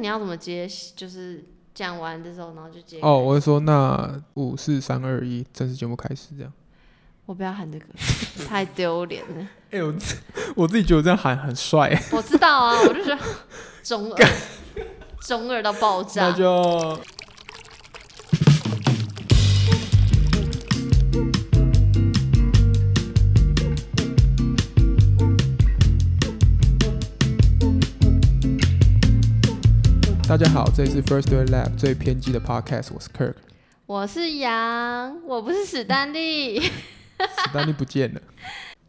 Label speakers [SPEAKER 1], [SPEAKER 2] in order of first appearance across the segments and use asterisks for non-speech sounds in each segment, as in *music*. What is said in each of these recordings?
[SPEAKER 1] 你要怎么接？就是讲完的时候，然后就接。
[SPEAKER 2] 哦，我是说那五四三二一，正式节目开始这样。
[SPEAKER 1] 我不要喊这个， *laughs* 太丢脸了。
[SPEAKER 2] 哎、我自我自己觉得我这样喊很帅，
[SPEAKER 1] 我知道啊，我就觉得中二，中二到爆
[SPEAKER 2] *laughs* 那
[SPEAKER 1] 炸。
[SPEAKER 2] 就大家好，这里是 First Story Lab 最偏激的 podcast，我是 Kirk。
[SPEAKER 1] 我是羊，我不是史丹利。
[SPEAKER 2] 史丹利不见
[SPEAKER 1] *laughs*
[SPEAKER 2] 了，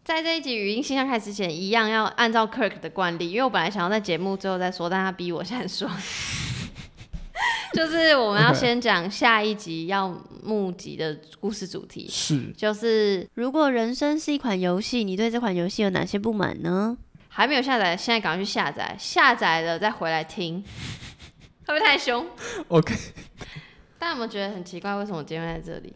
[SPEAKER 1] 在这一集语音信箱开始之前，一样要按照 Kirk 的惯例，因为我本来想要在节目最后再说，但他逼我先说。 *laughs* 就是我们要
[SPEAKER 2] OK
[SPEAKER 1] 先讲下一集要募集的故事主题，
[SPEAKER 2] 是
[SPEAKER 1] 就是
[SPEAKER 3] 如果人生是一款游戏，你对这款游戏有哪些不满呢？
[SPEAKER 1] 还没有下载，现在赶快去下载，下载了再回来
[SPEAKER 2] *laughs*
[SPEAKER 1] 听，会不会太凶？
[SPEAKER 2] OK。
[SPEAKER 1] 大家有没有觉得很奇怪？为什么我今天会在这里？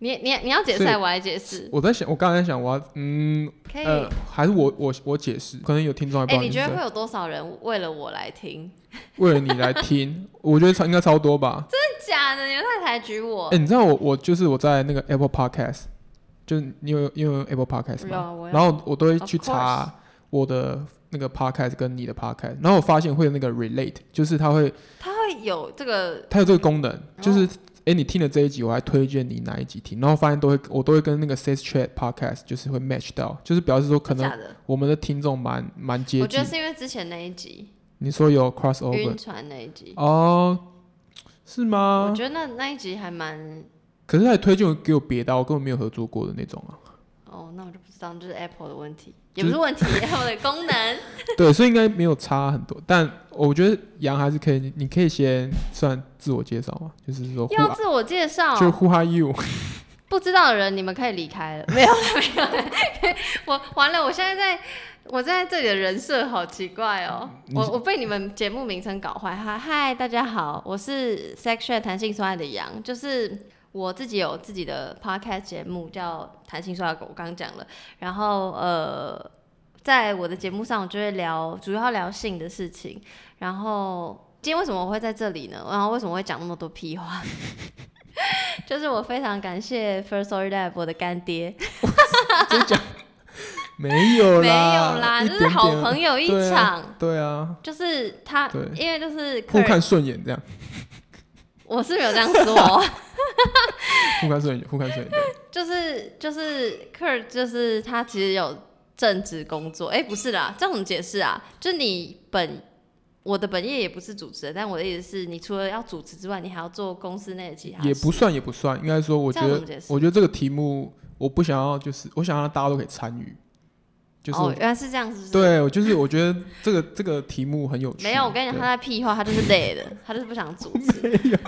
[SPEAKER 1] 你你你要解释，还是我来解释，
[SPEAKER 2] 我在想，我刚才在想，我要嗯
[SPEAKER 1] 可以。
[SPEAKER 2] 呃，还是我我我解释，可能有听众还不
[SPEAKER 1] 哎、
[SPEAKER 2] 知道
[SPEAKER 1] 你
[SPEAKER 2] 是
[SPEAKER 1] 觉得
[SPEAKER 2] 谁
[SPEAKER 1] 会有多少人为了我来听？
[SPEAKER 2] 为了你来听， *laughs* 我觉得超应该超多吧。
[SPEAKER 1] 真的假的？你们太抬举我
[SPEAKER 2] 哎、。你知道我我就是我在那个 Apple Podcast，就是你有你有 Apple Podcast
[SPEAKER 1] 有
[SPEAKER 2] 吗
[SPEAKER 1] 啊我？有
[SPEAKER 2] 然后我都会
[SPEAKER 1] Of
[SPEAKER 2] 去查我的那个 Podcast 跟你的 Podcast，然后我发现会有那个 relate，就是它会
[SPEAKER 1] 他会有这个
[SPEAKER 2] 它有这个功能，
[SPEAKER 1] 哦
[SPEAKER 2] 就是哎、诶你听了这一集，我还推荐你哪一集听，然后发现都会我都会跟那个 Says Chat Podcast 就是会 match 到，就是表示说可
[SPEAKER 1] 真的假
[SPEAKER 2] 能
[SPEAKER 1] 的？
[SPEAKER 2] 我们的听众蛮蛮接
[SPEAKER 1] 我觉
[SPEAKER 2] 近
[SPEAKER 1] 得。是因为之前那一集
[SPEAKER 2] 你说有
[SPEAKER 1] 晕
[SPEAKER 2] crossover
[SPEAKER 1] 船那一集，
[SPEAKER 2] 哦？是
[SPEAKER 1] 我
[SPEAKER 2] 吗？
[SPEAKER 1] 觉得那那一集还蛮……
[SPEAKER 2] 可是他还推荐给我别的啊，我根本没有合作过的那种
[SPEAKER 1] *laughs*
[SPEAKER 2] 啊。
[SPEAKER 1] 哦，那我就不知道，就是 Apple 的问题，
[SPEAKER 2] 就
[SPEAKER 1] 也
[SPEAKER 2] 是
[SPEAKER 1] 不是
[SPEAKER 2] *laughs*
[SPEAKER 1] 问题，Apple 的功能。
[SPEAKER 2] 对，所以应该没有差很多，但我觉得杨还是可以，你可以先算自 *laughs* 我介绍嘛，就是说 who
[SPEAKER 1] 要
[SPEAKER 2] are,
[SPEAKER 1] 自我介绍，
[SPEAKER 2] 就 Who are you？
[SPEAKER 1] 不知道的人，你们可以离开了。 *laughs* 没有了，没有了。我完了，我现在在，我在这里的人设好奇怪哦。
[SPEAKER 2] 你
[SPEAKER 1] 我我被你们节目名称搞坏。嗨嗨，大家好，我是 Sexual 弹性说爱的羊，就是我自己有自己的 podcast 节目叫《弹性说爱狗》，我刚刚讲了。然后呃，在我的节目上，我就会聊，主要聊性的事情。然后今天为什么我会在这里呢？然后为什么会讲那么多屁话？就是我非常感谢 First Story Lab 我的干爹，
[SPEAKER 2] 真讲没
[SPEAKER 1] *laughs*
[SPEAKER 2] 有啦，
[SPEAKER 1] 没有啦，
[SPEAKER 2] 一
[SPEAKER 1] 就
[SPEAKER 2] 点
[SPEAKER 1] 是
[SPEAKER 2] 点
[SPEAKER 1] 好朋友一
[SPEAKER 2] 对啊
[SPEAKER 1] 场，
[SPEAKER 2] 对啊，
[SPEAKER 1] 就是他
[SPEAKER 2] 对，
[SPEAKER 1] 因为就是
[SPEAKER 2] 互
[SPEAKER 1] Kirk，
[SPEAKER 2] 看顺眼这样，
[SPEAKER 1] 我是没有这样说，哦
[SPEAKER 2] 互看顺眼，互看顺眼这样。
[SPEAKER 1] *laughs* 就是就是 Kirk，就是他其实有正职工作，哎，不是啦，这样怎么解释啊？就你本我的本业也不是主持人，但我的意思是你除了要主持之外，你还要做公司内的其他
[SPEAKER 2] 也
[SPEAKER 1] 事
[SPEAKER 2] 不算，也不算，应该说，我觉
[SPEAKER 1] 这
[SPEAKER 2] 得
[SPEAKER 1] 样怎么解，释
[SPEAKER 2] 我觉得这个题目，我不想要，就是我想让大家都可以参与，就是我、
[SPEAKER 1] 哦，原来是这样，是不是？
[SPEAKER 2] 对我就是我觉得这个这个题目很有趣。
[SPEAKER 1] 没有，我跟你讲，
[SPEAKER 2] 对
[SPEAKER 1] 他在屁话，他就是累的，他就是不想主持。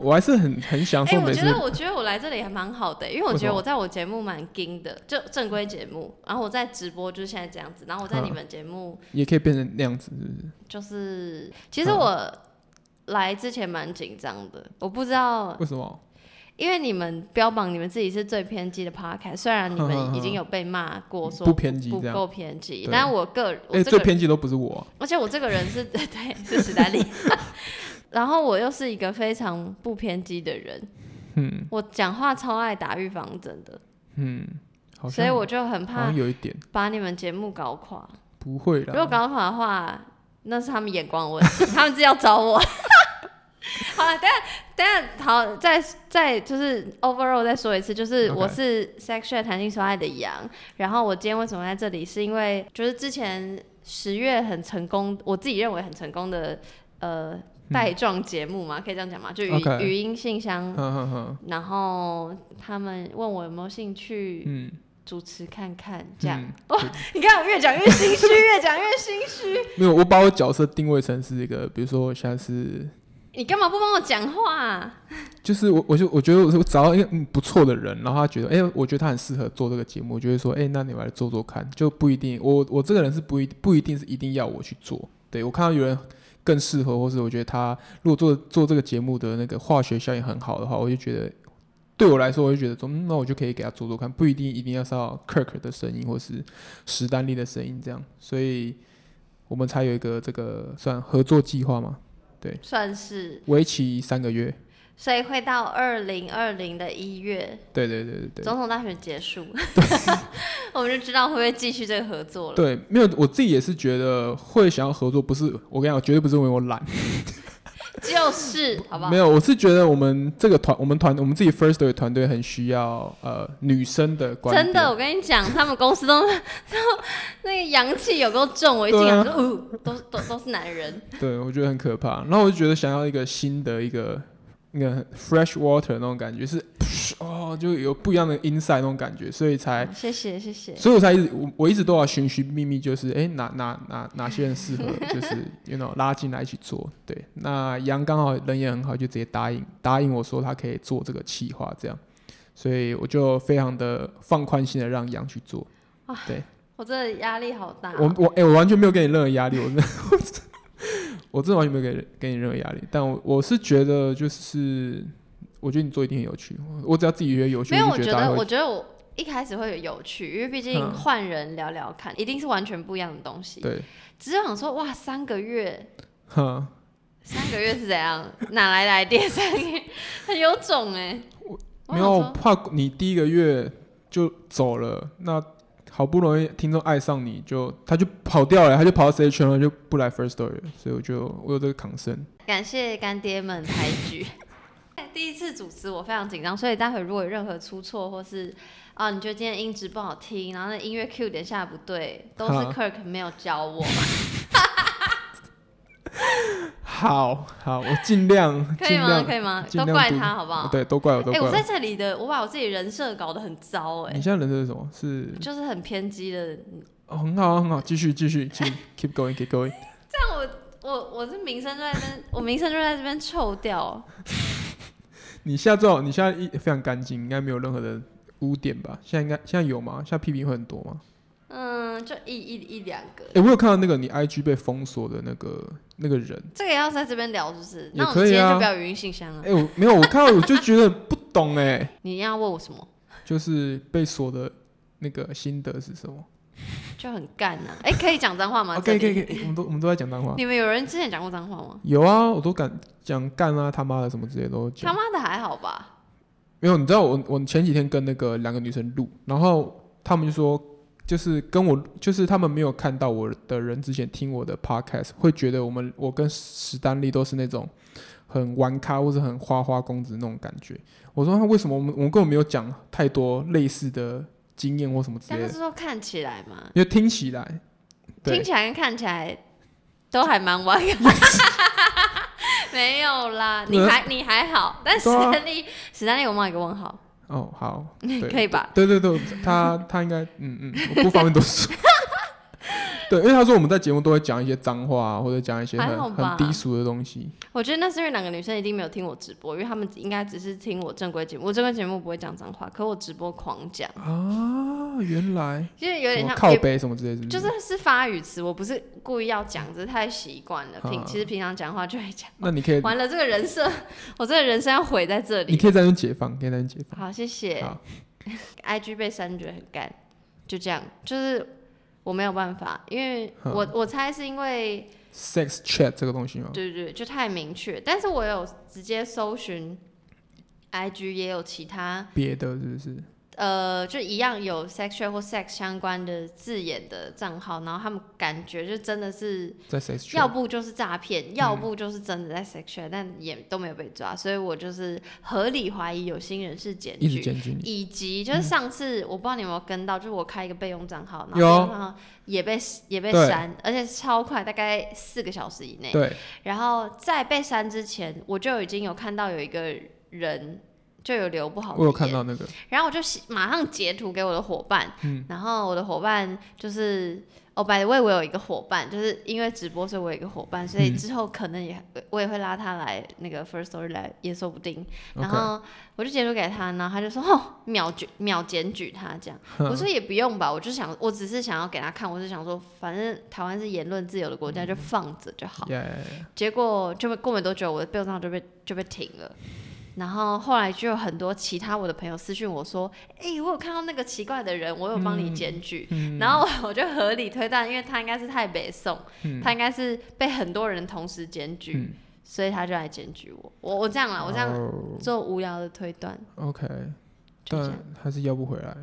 [SPEAKER 2] 我还是很很享
[SPEAKER 1] 哎、
[SPEAKER 2] 受
[SPEAKER 1] 我
[SPEAKER 2] 每次
[SPEAKER 1] 觉得我觉得我来这里还蛮好的、因为我
[SPEAKER 2] 为什
[SPEAKER 1] 觉
[SPEAKER 2] 么
[SPEAKER 1] 得我在我节目蛮精的，就正规节目，然后我在直播就是现在这样子，然后我在
[SPEAKER 2] 嗯
[SPEAKER 1] 你们节目
[SPEAKER 2] 也可以变成那样子，是不是？
[SPEAKER 1] 啊就是，其实
[SPEAKER 2] 嗯
[SPEAKER 1] 我来之前蛮紧张的，我不知道，
[SPEAKER 2] 为什么？
[SPEAKER 1] 因为你们标榜你们自己是最偏激的 podcast，虽然你
[SPEAKER 2] *laughs*
[SPEAKER 1] 们已经有被骂过说
[SPEAKER 2] 不偏激
[SPEAKER 1] 不
[SPEAKER 2] 这样
[SPEAKER 1] 够偏激，
[SPEAKER 2] 对
[SPEAKER 1] 但我个
[SPEAKER 2] 哎、
[SPEAKER 1] 我这
[SPEAKER 2] 最
[SPEAKER 1] 个
[SPEAKER 2] 偏激都不是我啊、
[SPEAKER 1] 而且我这个人是 *laughs* 对，是史丹
[SPEAKER 2] *laughs*
[SPEAKER 1] 利。然后我又是一个非常不偏激的人，
[SPEAKER 2] 嗯
[SPEAKER 1] 我讲话超爱打预防针的，
[SPEAKER 2] 嗯，好像
[SPEAKER 1] 所以我就很
[SPEAKER 2] 好
[SPEAKER 1] 怕
[SPEAKER 2] 像有啊一点
[SPEAKER 1] 把你们节目搞垮。
[SPEAKER 2] 不会
[SPEAKER 1] 如果
[SPEAKER 2] 啦。
[SPEAKER 1] 搞垮的话，那是他们眼光的问题，他们自己要找我。 *laughs* 好了，等一下等一下，好，再再就是 overall 再说一次，就是
[SPEAKER 2] OK
[SPEAKER 1] 我是 sexual 弹性说爱的羊，然后我今天为什么在这里，是因为就是之前十月很成功，我自己认为很成功的呃带状节目嘛，可以这样讲吗？就语
[SPEAKER 2] 嗯 OK 嗯
[SPEAKER 1] 语音信箱
[SPEAKER 2] 哼，哼哼，
[SPEAKER 1] 然后他们问我有没有兴趣
[SPEAKER 2] 嗯，
[SPEAKER 1] 主持看看，这样。
[SPEAKER 2] 嗯
[SPEAKER 1] *laughs* 你看我越讲越心虚，越讲越心虚。
[SPEAKER 2] 没有，我把我角色定位成是一个，比如说我现在是，
[SPEAKER 1] 你干嘛不帮我讲话啊、
[SPEAKER 2] 就是我，我就我觉得我找到一个嗯不错的人，然后他觉得，哎、我觉得他很适合做这个节目，我就会说，哎、那你们来做做看，就不一定，我我这个人是不一不一定是一定要我去做，对我看到有人更适合，或是我觉得他如果做做这个节目的那个化学效应很好的话，我就觉得。对我来说，我就觉得说，嗯，那我就可以给他做做看，不一定一定要是要 Kirk 的声音或是史丹利的声音这样，所以我们才有一个这个算合作计划嘛，
[SPEAKER 1] 算是
[SPEAKER 2] 为期三个月。
[SPEAKER 1] 所以会到二零二零的一月，
[SPEAKER 2] 对对对对对。
[SPEAKER 1] 总统大选结束， *laughs* 我们就知道会不会继续这个合作了。
[SPEAKER 2] 对，没有，我自己也是觉得会想要合作，不是我跟你讲，绝对不是因为我懒，
[SPEAKER 1] 就是好不好
[SPEAKER 2] 没？有，我是觉得我们这个团，我们团，我们自己 First Story 团队很需要呃女生的观点，
[SPEAKER 1] 真的，我跟你讲，他们公司都 *laughs* 都那个阳气有够重，我一进
[SPEAKER 2] 对
[SPEAKER 1] 来
[SPEAKER 2] 啊
[SPEAKER 1] 就哦，都都都是男人，
[SPEAKER 2] 对，我觉得很可怕。然后我就觉得想要一个新的一个那个 fresh water 那种感觉，是哦，就有不一样的 inside 那种感觉，所以才，
[SPEAKER 1] 嗯谢谢谢谢。
[SPEAKER 2] 所以我才一直我我一直都要寻寻觅觅，就是哎、诶哪哪哪哪些人适合，就是 *laughs* you know 拉进来一起做。对，那杨刚好人也很好，就直接答应答应我说他可以做这个企划这样，所以我就非常的放宽心的让杨去做。
[SPEAKER 1] 我真的压力好大哦、
[SPEAKER 2] 我我哎、我完全没有给你任何压力，我真的我真的完全没有给给你任何压力。但我我是觉得就是，我觉得你做一定很有趣。我我只要自己觉得有趣，
[SPEAKER 1] 没有，
[SPEAKER 2] 我
[SPEAKER 1] 我
[SPEAKER 2] 就
[SPEAKER 1] 觉
[SPEAKER 2] 大家
[SPEAKER 1] 得，我
[SPEAKER 2] 会。
[SPEAKER 1] 觉得我一开始会有有趣，因为毕竟
[SPEAKER 2] 嗯
[SPEAKER 1] 换人聊聊看，一定是完全不一样的东西。
[SPEAKER 2] 对，
[SPEAKER 1] 只是想说，哇，三个月，
[SPEAKER 2] 哼，
[SPEAKER 1] 三个月是怎样？ *laughs* 哪来来电三个月？很有种哎、我想
[SPEAKER 2] 没有
[SPEAKER 1] 说
[SPEAKER 2] 怕你第一个月就走了，那好不容易听众爱上你就他就跑掉了，他就跑到 C 圈了，就不来 First Story 了，所以我就我有这个抗生。
[SPEAKER 1] 感谢干爹们抬举。 *laughs* 第一次主持我非常紧张，所以待会如果有任何出错或是啊，你觉得今天音质不好听，然后那音乐 Q 点下不对，都是
[SPEAKER 2] 哈
[SPEAKER 1] Kirk 没有教
[SPEAKER 2] *laughs*
[SPEAKER 1] 我，
[SPEAKER 2] 好好，我尽量
[SPEAKER 1] 可以
[SPEAKER 2] 尽
[SPEAKER 1] 吗？
[SPEAKER 2] 量
[SPEAKER 1] 可以吗？
[SPEAKER 2] 尽
[SPEAKER 1] 都
[SPEAKER 2] 量
[SPEAKER 1] 怪
[SPEAKER 2] 不
[SPEAKER 1] 他好不好？
[SPEAKER 2] 对，都怪我，都
[SPEAKER 1] 哎、
[SPEAKER 2] 怪嗯
[SPEAKER 1] 我在
[SPEAKER 2] 我。
[SPEAKER 1] 这里的我把我自己人设搞得很糟哎、
[SPEAKER 2] 你现在人设是什么？是
[SPEAKER 1] 就是很偏激的。
[SPEAKER 2] 哦，很好，很好，继续，继续，继续，keep going，keep going。
[SPEAKER 1] 但我我我这名声就在这边，我名声就在这边臭掉。
[SPEAKER 2] 你现在最好，你现在一非常干净，应该没有任何的污点吧？现在应该现在有吗？现在批评会很多吗？
[SPEAKER 1] 嗯，就一一一两个。
[SPEAKER 2] 诶，我有看到那个你 IG 被封锁的那个那个人，
[SPEAKER 1] 这个要在这边聊，就是
[SPEAKER 2] 也
[SPEAKER 1] 那我
[SPEAKER 2] 可
[SPEAKER 1] 们
[SPEAKER 2] 以
[SPEAKER 1] 今天就
[SPEAKER 2] 啊
[SPEAKER 1] 不要语音信箱了。
[SPEAKER 2] 诶，我没有，我看到我就觉得不懂诶，
[SPEAKER 1] 你要问我什么，
[SPEAKER 2] 就是被锁的那个心得是什么？
[SPEAKER 1] 就很干啊。哎、可以讲脏话吗？
[SPEAKER 2] 哦可以可
[SPEAKER 1] 这里
[SPEAKER 2] 以可以，诶我们都我们都在讲脏话。
[SPEAKER 1] 你们有人之前讲过脏话吗？
[SPEAKER 2] 有啊，我都敢讲干啊他妈的什么之类的都讲
[SPEAKER 1] 他。妈的还好吧？
[SPEAKER 2] 没有，你知道我我前几天跟那个两个女生录，然后她们就说，就是跟我就是她们没有看到我的人之前听我的 podcast，会觉得我们我跟史丹利都是那种很玩咖或者很花花公子那种感觉。我说那为什么我们我们根本没有讲太多类似的经验或什么之
[SPEAKER 1] 但
[SPEAKER 2] 类
[SPEAKER 1] 他
[SPEAKER 2] 的
[SPEAKER 1] 是，说看起来嘛，
[SPEAKER 2] 因为听起来，对
[SPEAKER 1] 听起来跟看起来都还蛮晚
[SPEAKER 2] *laughs*
[SPEAKER 1] 的。没有啦，你
[SPEAKER 2] 对啊
[SPEAKER 1] 还你还好，但史
[SPEAKER 2] 对啊
[SPEAKER 1] 丹利史丹利我冒一个问号，
[SPEAKER 2] 哦好，
[SPEAKER 1] *laughs*
[SPEAKER 2] 对，
[SPEAKER 1] 可以吧？
[SPEAKER 2] 对对对，
[SPEAKER 1] *laughs*
[SPEAKER 2] 他他应该，嗯嗯，我不方便多说。对，因为他说我们在节目都会讲一些脏话、啊，或者讲一些
[SPEAKER 1] 还好
[SPEAKER 2] 很
[SPEAKER 1] 吧
[SPEAKER 2] 很低俗的东西。
[SPEAKER 1] 我觉得那是因为两个女生一定没有听我直播，因为她们应该只是听我正规节目。我正规节目不会讲脏话，可我直播狂讲，
[SPEAKER 2] 啊，原来
[SPEAKER 1] 就是有
[SPEAKER 2] 什
[SPEAKER 1] 点
[SPEAKER 2] 么
[SPEAKER 1] 像
[SPEAKER 2] 靠
[SPEAKER 1] 也
[SPEAKER 2] 背什么之类的，
[SPEAKER 1] 就是是发语词，我不是故意要讲，只是太习惯了。平、
[SPEAKER 2] 啊
[SPEAKER 1] 其实平常讲话就会讲。
[SPEAKER 2] 那你可
[SPEAKER 1] *laughs*
[SPEAKER 2] 以，
[SPEAKER 1] 完了，这个人设，我这个人设要毁在这
[SPEAKER 2] 你
[SPEAKER 1] 里。
[SPEAKER 2] 可以在那边解放，可以在那边解放。
[SPEAKER 1] 好，谢谢 *laughs*
[SPEAKER 2] 好。
[SPEAKER 1] IG 被删觉得很干，就这样，就是我没有办法，因为
[SPEAKER 2] 嗯
[SPEAKER 1] 我我猜是因为
[SPEAKER 2] Sex chat 这个东西吗？
[SPEAKER 1] 对对，对就太明确。但是我有直接搜寻 IG，也有其他。
[SPEAKER 2] 别的是不是？
[SPEAKER 1] 呃，就一样有 sexual 或 sex 相关的字眼的账号，然后他们感觉就真的是，
[SPEAKER 2] 在 Sex
[SPEAKER 1] 要
[SPEAKER 2] chat
[SPEAKER 1] 不就是诈
[SPEAKER 2] 嗯
[SPEAKER 1] 骗，要不就是真的在 sexual，、但也都没有被抓，所以我就是合理怀疑有心人是检
[SPEAKER 2] 一直
[SPEAKER 1] 举。
[SPEAKER 2] 检举你，
[SPEAKER 1] 以及就是上次我不知道你有没有跟到，就是我开一个备用账号，然后
[SPEAKER 2] 有
[SPEAKER 1] 备用账号也被也被
[SPEAKER 2] 对
[SPEAKER 1] 删，而且超快，大概四个小时以内。
[SPEAKER 2] 对，
[SPEAKER 1] 然后在被删之前，我就已经有看到有一个人就有留不好的
[SPEAKER 2] 我有
[SPEAKER 1] 言，
[SPEAKER 2] 看到那个，
[SPEAKER 1] 然后我就写马上截图给我的伙伴，
[SPEAKER 2] 嗯
[SPEAKER 1] 然后我的伙伴就是哦、b y the way，我有一个伙伴，就是因为直播，所以我有一个伙伴，所以
[SPEAKER 2] 嗯
[SPEAKER 1] 之后可能也我也会拉他来那个 first story 来也说不定。然
[SPEAKER 2] OK，
[SPEAKER 1] 后我就截图给他，然后他就说哦，秒举秒检举他这样。我说也不用吧，我就想，我只是想要给他看，我是想说，反正台湾是言论自由的国
[SPEAKER 2] 嗯
[SPEAKER 1] 家，就放着就好。
[SPEAKER 2] 耶，
[SPEAKER 1] 结果就过没多久，我的备用账号就被就被停了。然后后来就有很多其他我的朋友私讯我说，哎、我有看到那个奇怪的人，我有帮你检举。
[SPEAKER 2] 嗯
[SPEAKER 1] 然后我就合理推断，因为他应该是太北宋，
[SPEAKER 2] 嗯
[SPEAKER 1] 他应该是被很多人同时检举，
[SPEAKER 2] 嗯
[SPEAKER 1] 所以他就来检举我。我我这样啦，我这样
[SPEAKER 2] 哦
[SPEAKER 1] 做无聊的推断，
[SPEAKER 2] OK，
[SPEAKER 1] 就这样。
[SPEAKER 2] 但还是要不回来。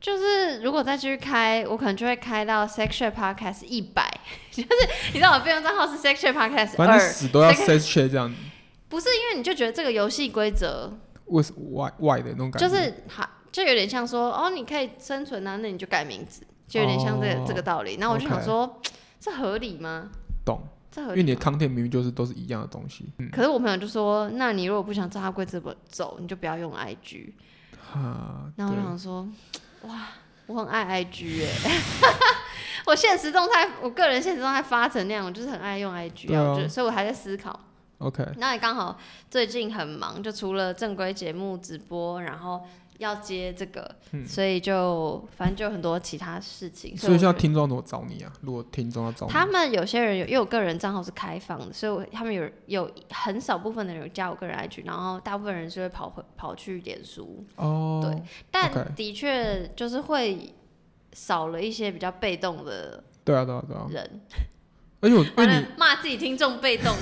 [SPEAKER 1] 就是如果再继续开，我可能就会开到 Sexual Podcast 一百， *laughs* 就是你知道我备用账号是 Sexual Podcast
[SPEAKER 2] 反正
[SPEAKER 1] 二，
[SPEAKER 2] 你死都要
[SPEAKER 1] *laughs* 这
[SPEAKER 2] set check 这样，
[SPEAKER 1] 不是因为你就觉得这个游戏规则
[SPEAKER 2] 为什外外的那种感觉，
[SPEAKER 1] 就是好，就有点像说哦，你可以生存啊，那你就改名字，就有点像这个、
[SPEAKER 2] 哦
[SPEAKER 1] 这个道理。那我就
[SPEAKER 2] OK
[SPEAKER 1] 想说，这合理吗？
[SPEAKER 2] 懂，
[SPEAKER 1] 这合
[SPEAKER 2] 因
[SPEAKER 1] 理
[SPEAKER 2] 为
[SPEAKER 1] 吗？
[SPEAKER 2] 你的 content 明明就是都是一样的东西。嗯，
[SPEAKER 1] 可是我朋友就说，那你如果不想照他规则走，你就不要用 IG。
[SPEAKER 2] 哈，
[SPEAKER 1] 然后我就
[SPEAKER 2] 对
[SPEAKER 1] 想说，哇，我很爱 IG 哎、 *laughs* 我现实动态，我个人现实动态发成那样，我就是很爱用 IG
[SPEAKER 2] 对啊
[SPEAKER 1] 我就所以我还在思考。
[SPEAKER 2] ，OK， *laughs*
[SPEAKER 1] 那也刚好最近很忙，就除了正规节目直播，然后要接这个，
[SPEAKER 2] 嗯
[SPEAKER 1] 所以就反正就有很多其他事情。
[SPEAKER 2] 所以
[SPEAKER 1] 我觉
[SPEAKER 2] 像
[SPEAKER 1] 得
[SPEAKER 2] 听众怎么找你啊？如果听众要找你，
[SPEAKER 1] 他们有些人有，因为我个人账号是开放的，所以我他们有有很少部分的人有加我个人 IG，然后大部分人是会跑回跑去脸书，
[SPEAKER 2] 哦，
[SPEAKER 1] 对但
[SPEAKER 2] OK
[SPEAKER 1] 的确就是会少了一些比较被动的
[SPEAKER 2] 对啊，对啊，对啊。
[SPEAKER 1] 人，
[SPEAKER 2] 而且我
[SPEAKER 1] 完
[SPEAKER 2] 因为
[SPEAKER 1] 了骂自己听众被动，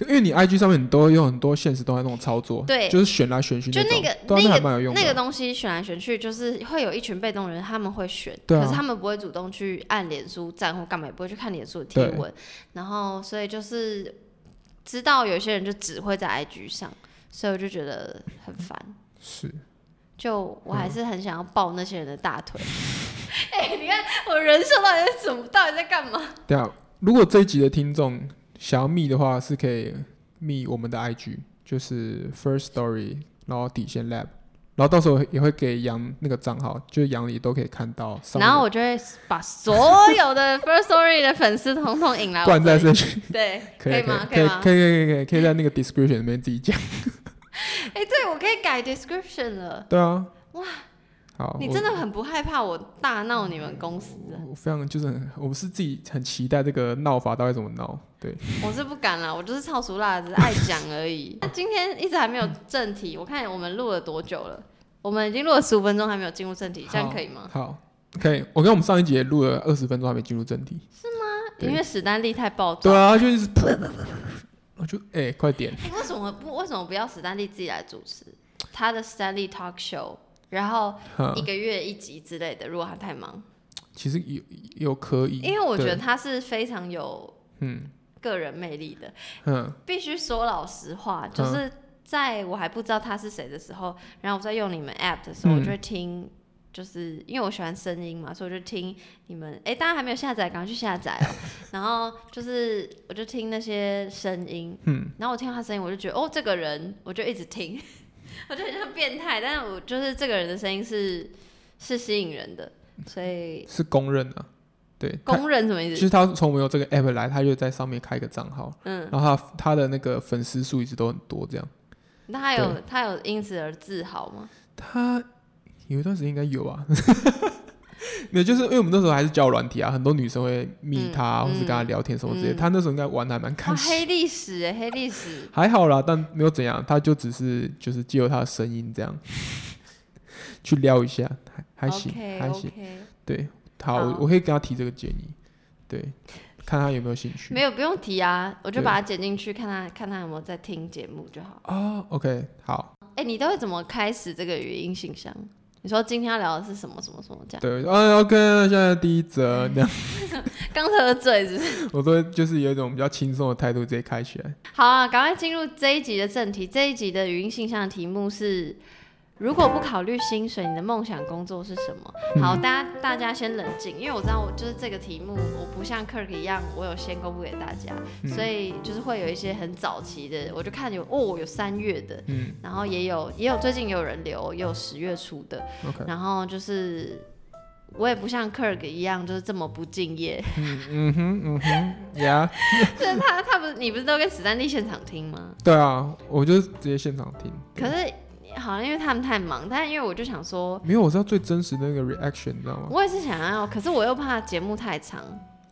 [SPEAKER 2] 你，因为你 IG 上面你都有很多现实动态那种操作，
[SPEAKER 1] 对
[SPEAKER 2] 就是选来选去
[SPEAKER 1] 就
[SPEAKER 2] 种，
[SPEAKER 1] 那个
[SPEAKER 2] 对啊，
[SPEAKER 1] 那
[SPEAKER 2] 那
[SPEAKER 1] 个
[SPEAKER 2] 还蛮有用的。
[SPEAKER 1] 那个东西选来选去，就是会有一群被动人，他们会选，
[SPEAKER 2] 对啊
[SPEAKER 1] 可是他们不会主动去按脸书赞或干嘛，也不会去看脸书的贴文，然后所以就是知道有些人就只会在 IG 上，所以我就觉得很烦，
[SPEAKER 2] 是，
[SPEAKER 1] 就我还是很想要抱那些人的大
[SPEAKER 2] *laughs*
[SPEAKER 1] 腿。哎、你看我人设到底是什么？到底在干嘛？
[SPEAKER 2] 对啊。如果这一集的听众想要密的话，是可以密我们的 IG，就是 First Story，然后底线 Lab，然后到时候也会给杨那个账号，就是杨里都可以看到上面的。
[SPEAKER 1] 然后我就会把所有的 First Story 的粉丝统统引来我
[SPEAKER 2] 灌
[SPEAKER 1] 这
[SPEAKER 2] 在
[SPEAKER 1] 里，
[SPEAKER 2] 这里，
[SPEAKER 1] 对，
[SPEAKER 2] 可
[SPEAKER 1] 以
[SPEAKER 2] 以
[SPEAKER 1] 吗？
[SPEAKER 2] 可以
[SPEAKER 1] 吗？
[SPEAKER 2] 可以可以可以可以在那个 description 里面自己讲。
[SPEAKER 1] 哎、对，我可以改 description 了。
[SPEAKER 2] 对啊，
[SPEAKER 1] 哇，
[SPEAKER 2] 好，
[SPEAKER 1] 你
[SPEAKER 2] 哦我
[SPEAKER 1] 真的很不害怕我大闹你们公司啊、
[SPEAKER 2] 我非常就是很，我们是自己很期待这个闹法到底怎么闹。对，
[SPEAKER 1] 我是不敢啦，我就是超俗辣，只是爱讲而已。 *laughs* 那今天一直还没有正题，我看我们录了多久了？我们已经录了十五分钟，还没有进入正题，这样
[SPEAKER 2] 好
[SPEAKER 1] 可以吗？
[SPEAKER 2] 好，可以。我跟我们上一集也录了二十分钟，还没进入正题。对
[SPEAKER 1] 因为史丹利太暴躁。
[SPEAKER 2] 对啊，就一直噗，我就哎、快点，
[SPEAKER 1] 哎为什么不为什么不要史丹利自己来主持他的史丹利 talk show？然后
[SPEAKER 2] 哈
[SPEAKER 1] 一，个月一集之类的，如果他太忙，
[SPEAKER 2] 其实有有可以，
[SPEAKER 1] 因为我觉得
[SPEAKER 2] 对
[SPEAKER 1] 他是非常有
[SPEAKER 2] 嗯
[SPEAKER 1] 个人魅力的，
[SPEAKER 2] 嗯，
[SPEAKER 1] 必须说老实话，就是在我还不知道他是谁的时候，然后我在用你们 app 的时候，
[SPEAKER 2] 嗯
[SPEAKER 1] 我就会听，就是因为我喜欢声音嘛，所以我就听你们。哎、大家还没有下载，赶快去下载
[SPEAKER 2] *laughs*
[SPEAKER 1] 哦。然后就是我就听那些声音，
[SPEAKER 2] 嗯，
[SPEAKER 1] 然后我听到他声音，我就觉得哦，这个人，我就一直听， *laughs* 我就很像变态，但是我就是这个人的声音是是吸引人的，所以
[SPEAKER 2] 是公认啊。对，他
[SPEAKER 1] 公认什么意
[SPEAKER 2] 其
[SPEAKER 1] 思？
[SPEAKER 2] 实他从我们有这个 app 来，他就在上面开一个账号，
[SPEAKER 1] 嗯，
[SPEAKER 2] 然后他他的那个粉丝数一直都很多，这样。
[SPEAKER 1] 那他有他有因此而自豪吗？
[SPEAKER 2] 他有一段时间应该有啊， *laughs* 没有，就是因为我们那时候还是交友软体啊，很多女生会密他、
[SPEAKER 1] 嗯
[SPEAKER 2] 或是跟他聊天什么之类的，
[SPEAKER 1] 嗯
[SPEAKER 2] 他那时候应该玩的还蛮
[SPEAKER 1] 哇，
[SPEAKER 2] 开心。
[SPEAKER 1] 黑历史哎，黑历史。
[SPEAKER 2] 还好啦，但没有怎样，他就只是就是借由他的声音这样 *laughs* 去撩一下，还还行
[SPEAKER 1] o k
[SPEAKER 2] 还
[SPEAKER 1] o
[SPEAKER 2] 行。
[SPEAKER 1] k
[SPEAKER 2] 对，好，
[SPEAKER 1] 好
[SPEAKER 2] 我我可以跟他提这个建议，对，看他有没有兴趣
[SPEAKER 1] 没。有不用提啊，我就
[SPEAKER 2] 对
[SPEAKER 1] 把它剪进去，看他看他有没有在听节目就好。
[SPEAKER 2] 哦 o k 好，
[SPEAKER 1] 哎、你都会怎么开始这个语音信箱？你说今天要聊的是什么什么什么这样？ *laughs*
[SPEAKER 2] 对，啊，OK，那现在第一则，那样
[SPEAKER 1] 刚喝醉是不是？
[SPEAKER 2] 我都会就是有一种比较轻松的态度直接开起来。
[SPEAKER 1] 好啊，赶快进入这一集的正题。这一集的语音信箱的题目是：如果不考虑薪水，你的梦想工作是什
[SPEAKER 2] 嗯
[SPEAKER 1] 么？好，大家大家先冷静，因为我知道我就是这个题目，我不像 Kirk 一样，我有先公布给大家，
[SPEAKER 2] 嗯
[SPEAKER 1] 所以就是会有一些很早期的，我就看有哦，有三月的，
[SPEAKER 2] 嗯
[SPEAKER 1] 然后也有也有最近也有人留，也有十月初的，
[SPEAKER 2] ，OK，
[SPEAKER 1] 然后就是我也不像 Kirk 一样就是这么不敬业，
[SPEAKER 2] 嗯哼，嗯哼，呀、
[SPEAKER 1] 就是 *laughs* 他他不是你不是都跟史丹利现场听吗？
[SPEAKER 2] 对啊，我就直接现场听。对
[SPEAKER 1] 可是好像因为他们太忙，但是因为我就想说，
[SPEAKER 2] 没有，我是要最真实的那个 reaction，你知道吗？
[SPEAKER 1] 嗯我也是想要，可是我又怕节目太长，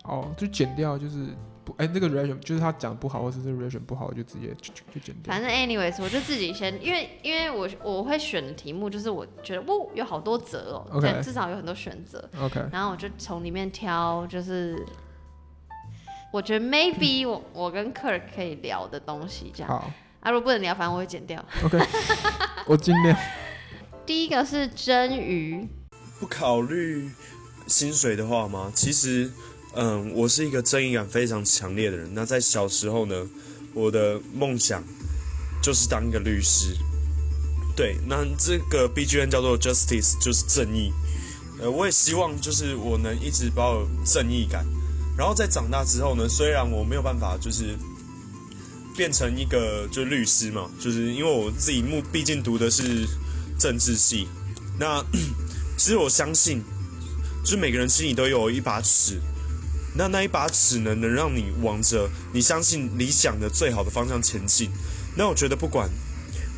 [SPEAKER 2] 哦，就剪掉，就是不，哎、这个 reaction 就是他讲得不好，或者是这个 reaction 不好，我就直接就就就剪掉。
[SPEAKER 1] 反正 anyways，我就自己先，因为因为我我会选的题目就是我觉得哦有好多择哦
[SPEAKER 2] OK
[SPEAKER 1] 这样至少有很多选择，
[SPEAKER 2] OK，
[SPEAKER 1] 然后我就从里面挑，就是我觉得 maybe 我我跟 Kirk 可以聊的东西这样。
[SPEAKER 2] 好
[SPEAKER 1] 啊，如果不能聊，反正我会剪掉。
[SPEAKER 2] ，OK，我 *laughs* 尽量。
[SPEAKER 1] 第一个是蒸鱼，
[SPEAKER 4] 不考虑薪水的话吗？其实，嗯，我是一个正义感非常强烈的人。那在小时候呢，我的梦想就是当一个律师。对，那这个 B G N 叫做 Justice，就是正义。呃，我也希望就是我能一直保有正义感。然后在长大之后呢，虽然我没有办法就是变成一个就律师嘛，就是因为我自己目毕竟读的是政治系，那其实我相信，就是每个人心里都有一把尺，那那一把尺呢，能让你往着你相信理想的最好的方向前进。那我觉得，不管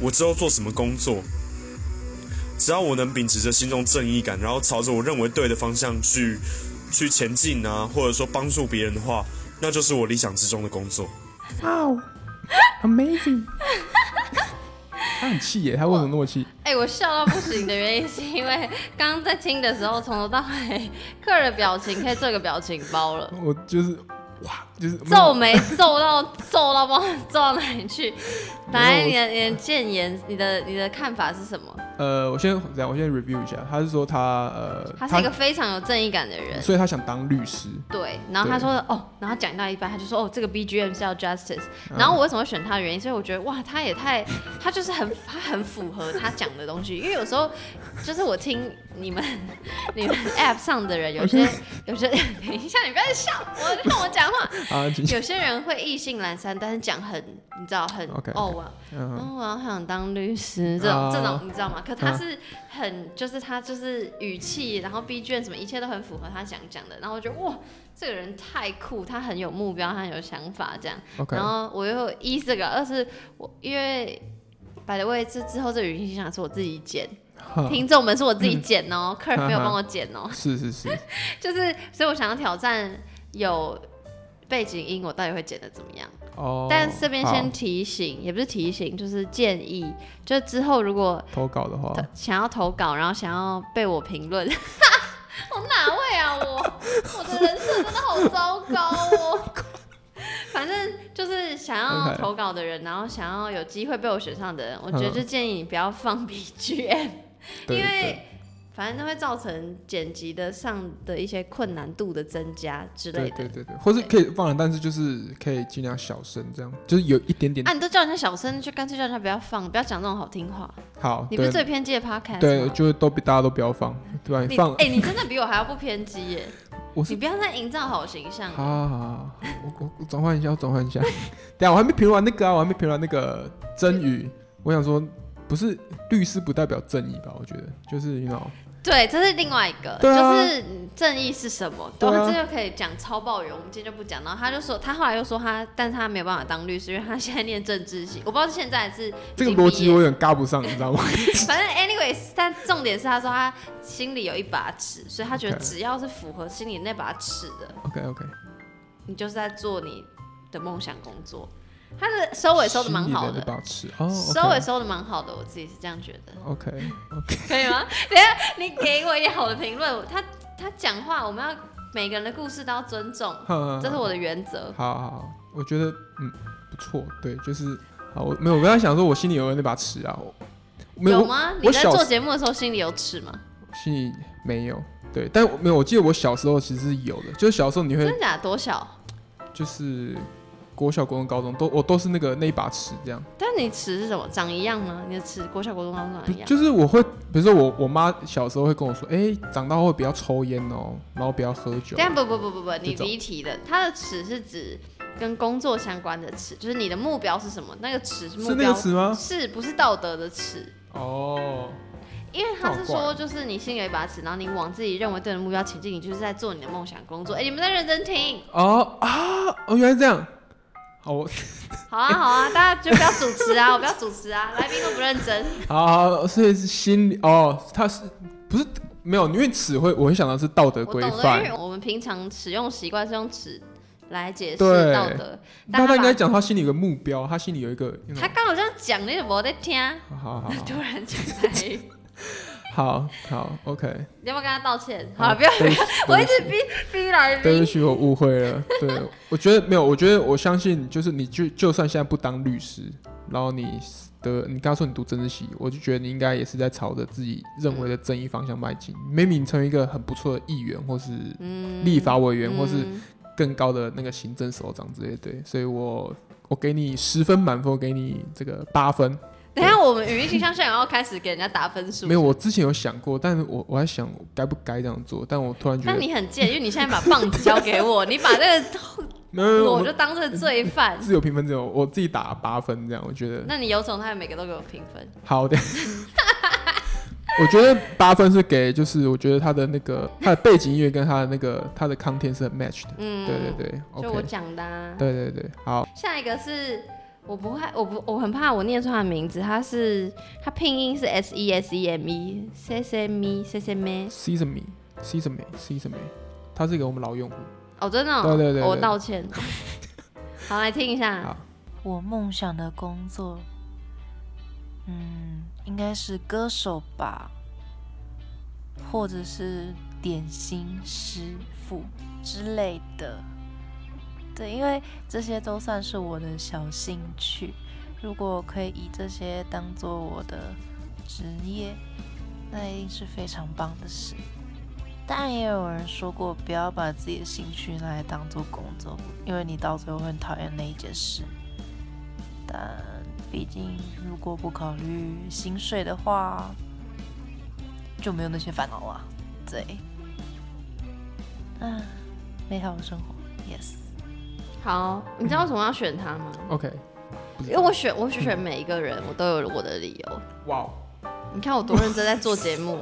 [SPEAKER 4] 我之后做什么工作，只要我能秉持着心中正义感，然后朝着我认为对的方向去去前进啊，或者说帮助别人的话，那就是我理想之中的工作。
[SPEAKER 2] 哦 a m a z i n g 他很气耶，他为什么那么气？
[SPEAKER 1] 哎、我笑到不行的原因是因为刚刚在听的时候，从头到尾 Kirk 的表情可以做一个表情包了。
[SPEAKER 2] 我就是哇，就是
[SPEAKER 1] 皱眉皱到皱到不知道皱到哪里去。来，你的你的建言，你的你的看法是什么？
[SPEAKER 2] 呃，我先等一下我先 review 一下，他是说他呃，
[SPEAKER 1] 他是一个非常有正义感的人，
[SPEAKER 2] 所以他想当律师。
[SPEAKER 1] 对。然后他说哦，然后讲到一半，他就说哦，这个 BGM 是要 Justice。然后我为什么会选他的原因，所以我觉得哇，他也太，他就是很他很符合他讲的东西。因为有时候就是我听你们你们 App 上的人，有些有些，等一下你不要笑，我让我讲话。
[SPEAKER 2] 啊，请
[SPEAKER 1] 有些人会意兴阑珊，但是讲很，你知道很
[SPEAKER 2] OK，OK
[SPEAKER 1] 哦我
[SPEAKER 2] 嗯，
[SPEAKER 1] 哦，我好想当律师，这种、
[SPEAKER 2] 哦
[SPEAKER 1] 这种你知道吗？可他
[SPEAKER 2] 嗯
[SPEAKER 1] 是很，就是他就是语气，然后 B 卷什么一切都很符合他想讲的，然后我觉得哇，这个人太酷，他很有目标，他很有想法这样。
[SPEAKER 2] OK，
[SPEAKER 1] 然后我又一这个，二是我因为。by the way，这之后这语音想是我自己剪，
[SPEAKER 2] 哈
[SPEAKER 1] 听众们是我自己
[SPEAKER 2] 嗯
[SPEAKER 1] 剪哦、客 k 没有帮我剪哦、 *laughs*
[SPEAKER 2] 是是是，
[SPEAKER 1] 就是所以我想要挑战有背景音，我到底会剪的怎么样？
[SPEAKER 2] 哦，
[SPEAKER 1] 但这边先
[SPEAKER 2] 好
[SPEAKER 1] 提醒，也不是提醒，就是建议，就之后如果
[SPEAKER 2] 投稿的话
[SPEAKER 1] 投，想要投稿，然后想要被我评论， *laughs* 我哪位啊我？我的人设真的好糟糕哦。 *laughs* 反正就是想要
[SPEAKER 2] OK
[SPEAKER 1] 投稿的人，然后想要有机会被我选上的人，我觉得
[SPEAKER 2] 嗯
[SPEAKER 1] 就建议你不要放 *laughs* BGM，因
[SPEAKER 2] 对对
[SPEAKER 1] 为反正那会造成剪辑的上的一些困难度的增加之类
[SPEAKER 2] 对
[SPEAKER 1] 的。
[SPEAKER 2] 对对对，或是可以放了，但是就是可以尽量小声，这样就是有一点点
[SPEAKER 1] 啊，你都叫人家小声，就干脆叫人家不要放，不要讲这种好听话。
[SPEAKER 2] 好，
[SPEAKER 1] 你不是
[SPEAKER 2] 对
[SPEAKER 1] 最偏激的 podcast
[SPEAKER 2] 对，
[SPEAKER 1] 吗
[SPEAKER 2] 就是都大家都不要放，对吧？
[SPEAKER 1] 你
[SPEAKER 2] 放
[SPEAKER 1] 哎、你真的比我还要不偏激耶！
[SPEAKER 2] *laughs* 我是
[SPEAKER 1] 你不要再营造好形象。
[SPEAKER 2] 好好好好，我我我转换一下，我转换一下。 *laughs* 等下我还没评完那个啊，我还没评完那个真宇。我想说，不是律师不代表正义吧？我觉得就是你 o
[SPEAKER 1] 对，这是另外一个，
[SPEAKER 2] 对啊
[SPEAKER 1] 就是正义是什么？
[SPEAKER 2] 对啊
[SPEAKER 1] 这就可以讲超爆员，我们今天就不讲。然后他就说，他后来又说他，但是他没有办法当律师，因为他现在念政治系。我不知道现在还是
[SPEAKER 2] 这个
[SPEAKER 1] 已经
[SPEAKER 2] 逻
[SPEAKER 1] 毕
[SPEAKER 2] 辑
[SPEAKER 1] 业
[SPEAKER 2] 我有点搭不上，你知道吗？ *laughs*
[SPEAKER 1] 反正 anyways，但重点是他说他心里有一把尺，所以他觉得
[SPEAKER 2] OK
[SPEAKER 1] 只要是符合心里那把尺的，
[SPEAKER 2] OK OK，
[SPEAKER 1] 你就是在做你的梦想工作。他的 *laughs* 收尾收的蛮好的，
[SPEAKER 2] 保持哦。
[SPEAKER 1] 收尾收的蛮好的，我自己是这样觉
[SPEAKER 2] *laughs*
[SPEAKER 1] 得。
[SPEAKER 2] OK，
[SPEAKER 1] 可以吗？等一下你给我一点好的评论。他他讲话，我们要每个人的故事都要尊重，
[SPEAKER 2] 好
[SPEAKER 1] 这是我的原则。
[SPEAKER 2] 好好，我觉得嗯不错，对，就是好。我没有，我刚才想说，我心里有那把尺啊，我没
[SPEAKER 1] 有
[SPEAKER 2] 有，
[SPEAKER 1] 吗？你
[SPEAKER 2] 我
[SPEAKER 1] 在
[SPEAKER 2] 小
[SPEAKER 1] 做
[SPEAKER 2] 时
[SPEAKER 1] 节目的时候心里有尺吗？
[SPEAKER 2] 我心里没有。对，但我没有，我记得我小时候其实是有的，就是小时候你会
[SPEAKER 1] 真的假的？多小？
[SPEAKER 2] 就是国小、国中、高中都我都是那个那一把尺这样，
[SPEAKER 1] 但你尺是什么？长一样吗？你的尺国小国中高中长
[SPEAKER 2] 不
[SPEAKER 1] 一样？
[SPEAKER 2] 就是我会，比如说我我妈小时候会跟我说，哎、长大后不要抽烟哦，然后不要喝酒，
[SPEAKER 1] 但不不不不不，你
[SPEAKER 2] 这种
[SPEAKER 1] 离题的。他的尺是指跟工作相关的尺，就是你的目标是什么？那个尺是目
[SPEAKER 2] 是那个
[SPEAKER 1] 标，
[SPEAKER 2] 词吗？
[SPEAKER 1] 是不是道德的尺？
[SPEAKER 2] 哦，
[SPEAKER 1] 因为他是
[SPEAKER 2] 好
[SPEAKER 1] 说，
[SPEAKER 2] 怪
[SPEAKER 1] 就是你心里有一把尺，然后你往自己认为对的目标前进，你就是在做你的梦想
[SPEAKER 2] *laughs*
[SPEAKER 1] 工作。哎、你们在认真听，
[SPEAKER 2] 哦啊，哦原来这样，哦好，我
[SPEAKER 1] 好啊好啊，大家就不要主持啊，我不要主持啊，来宾都不认
[SPEAKER 2] *laughs*
[SPEAKER 1] 真。
[SPEAKER 2] 好好，啊所以是心理哦，他是不是没有？因为尺会我会想到是道德
[SPEAKER 1] 我懂
[SPEAKER 2] 规
[SPEAKER 1] 了，因
[SPEAKER 2] 范
[SPEAKER 1] 为我们平常使用习惯是用尺来解释
[SPEAKER 2] 对
[SPEAKER 1] 道德。但
[SPEAKER 2] 那他应该
[SPEAKER 1] 把
[SPEAKER 2] 讲他心里有个目标，他心里有一个，
[SPEAKER 1] 他刚好这样讲，你怎么在听？
[SPEAKER 2] 好好好
[SPEAKER 1] 突然讲台语，
[SPEAKER 2] 好好，OK。
[SPEAKER 1] 你要不要跟他道歉？ *laughs* 好了，不要不
[SPEAKER 2] 对
[SPEAKER 1] 要，
[SPEAKER 2] 起
[SPEAKER 1] 我一
[SPEAKER 2] 对
[SPEAKER 1] 直
[SPEAKER 2] 不起
[SPEAKER 1] 逼逼来
[SPEAKER 2] 对不
[SPEAKER 1] 逼。
[SPEAKER 2] 起，我误会了。对，我觉得没有，我觉得我相信，就是你就就算现在不当律师，然后你的你刚说你读政治系，我就觉得你应该也是在朝着自己认为的正义方向迈进。maybe 你成为一个很不错的议员，或是立法委员，或是
[SPEAKER 1] 嗯
[SPEAKER 2] 更高的那个行政首长之类的。对，所以我我给你十分满分，我给你这个八分。
[SPEAKER 1] 等一下我们语音形象现在要开始给人家打分数
[SPEAKER 2] 没。有，我之前有想过，但是我我在想该不该这样做，但我突然觉
[SPEAKER 1] 但
[SPEAKER 2] 得，
[SPEAKER 1] 你很贱，因为你现在把棒子交给我，你把这
[SPEAKER 2] 没有没有没 *laughs*
[SPEAKER 1] 个
[SPEAKER 2] 有，
[SPEAKER 1] 我就当是罪犯。
[SPEAKER 2] 自由评分只有我自己打八分这样，我觉得
[SPEAKER 1] 那你有种，他每个都给我评分。
[SPEAKER 2] 好
[SPEAKER 1] *laughs*
[SPEAKER 2] 的。我觉得八分是给，就是我觉得他的那个他的背景音乐跟他的那个他的 content 是很 match 的，
[SPEAKER 1] 嗯，
[SPEAKER 2] 对对对
[SPEAKER 1] 就我
[SPEAKER 2] ，OK，
[SPEAKER 1] 讲的、啊。
[SPEAKER 2] 对对对，好，
[SPEAKER 1] 下一个是我不会，我不我很怕我念错他的名字，他是他拼音是 S E S E M E C C M E C C M E，
[SPEAKER 2] sesame sesame sesame，他是一个我们老用户，
[SPEAKER 1] 哦真的、哦，
[SPEAKER 2] 对对对对
[SPEAKER 1] 我道
[SPEAKER 2] *laughs*
[SPEAKER 1] 歉。好，来听一下
[SPEAKER 2] 好，
[SPEAKER 5] 我梦想的工作，嗯，应该是歌手吧，或者是点心师傅之类的。对，因为这些都算是我的小兴趣。如果可以以这些当做我的职业，那一定是非常棒的事。当然，也有人说过，不要把自己的兴趣拿来当做工作，因为你到最后会很讨厌那一件事。但毕竟如果不考虑薪水的话，就没有那些烦恼啦。对，啊，美好的生活，yes。
[SPEAKER 1] 好，你知道为什么要选他吗？
[SPEAKER 2] ，OK，嗯
[SPEAKER 1] 因为我选我选每一个人，我都有我的理由。
[SPEAKER 2] 哇哦
[SPEAKER 1] 你看我多认真在做节目，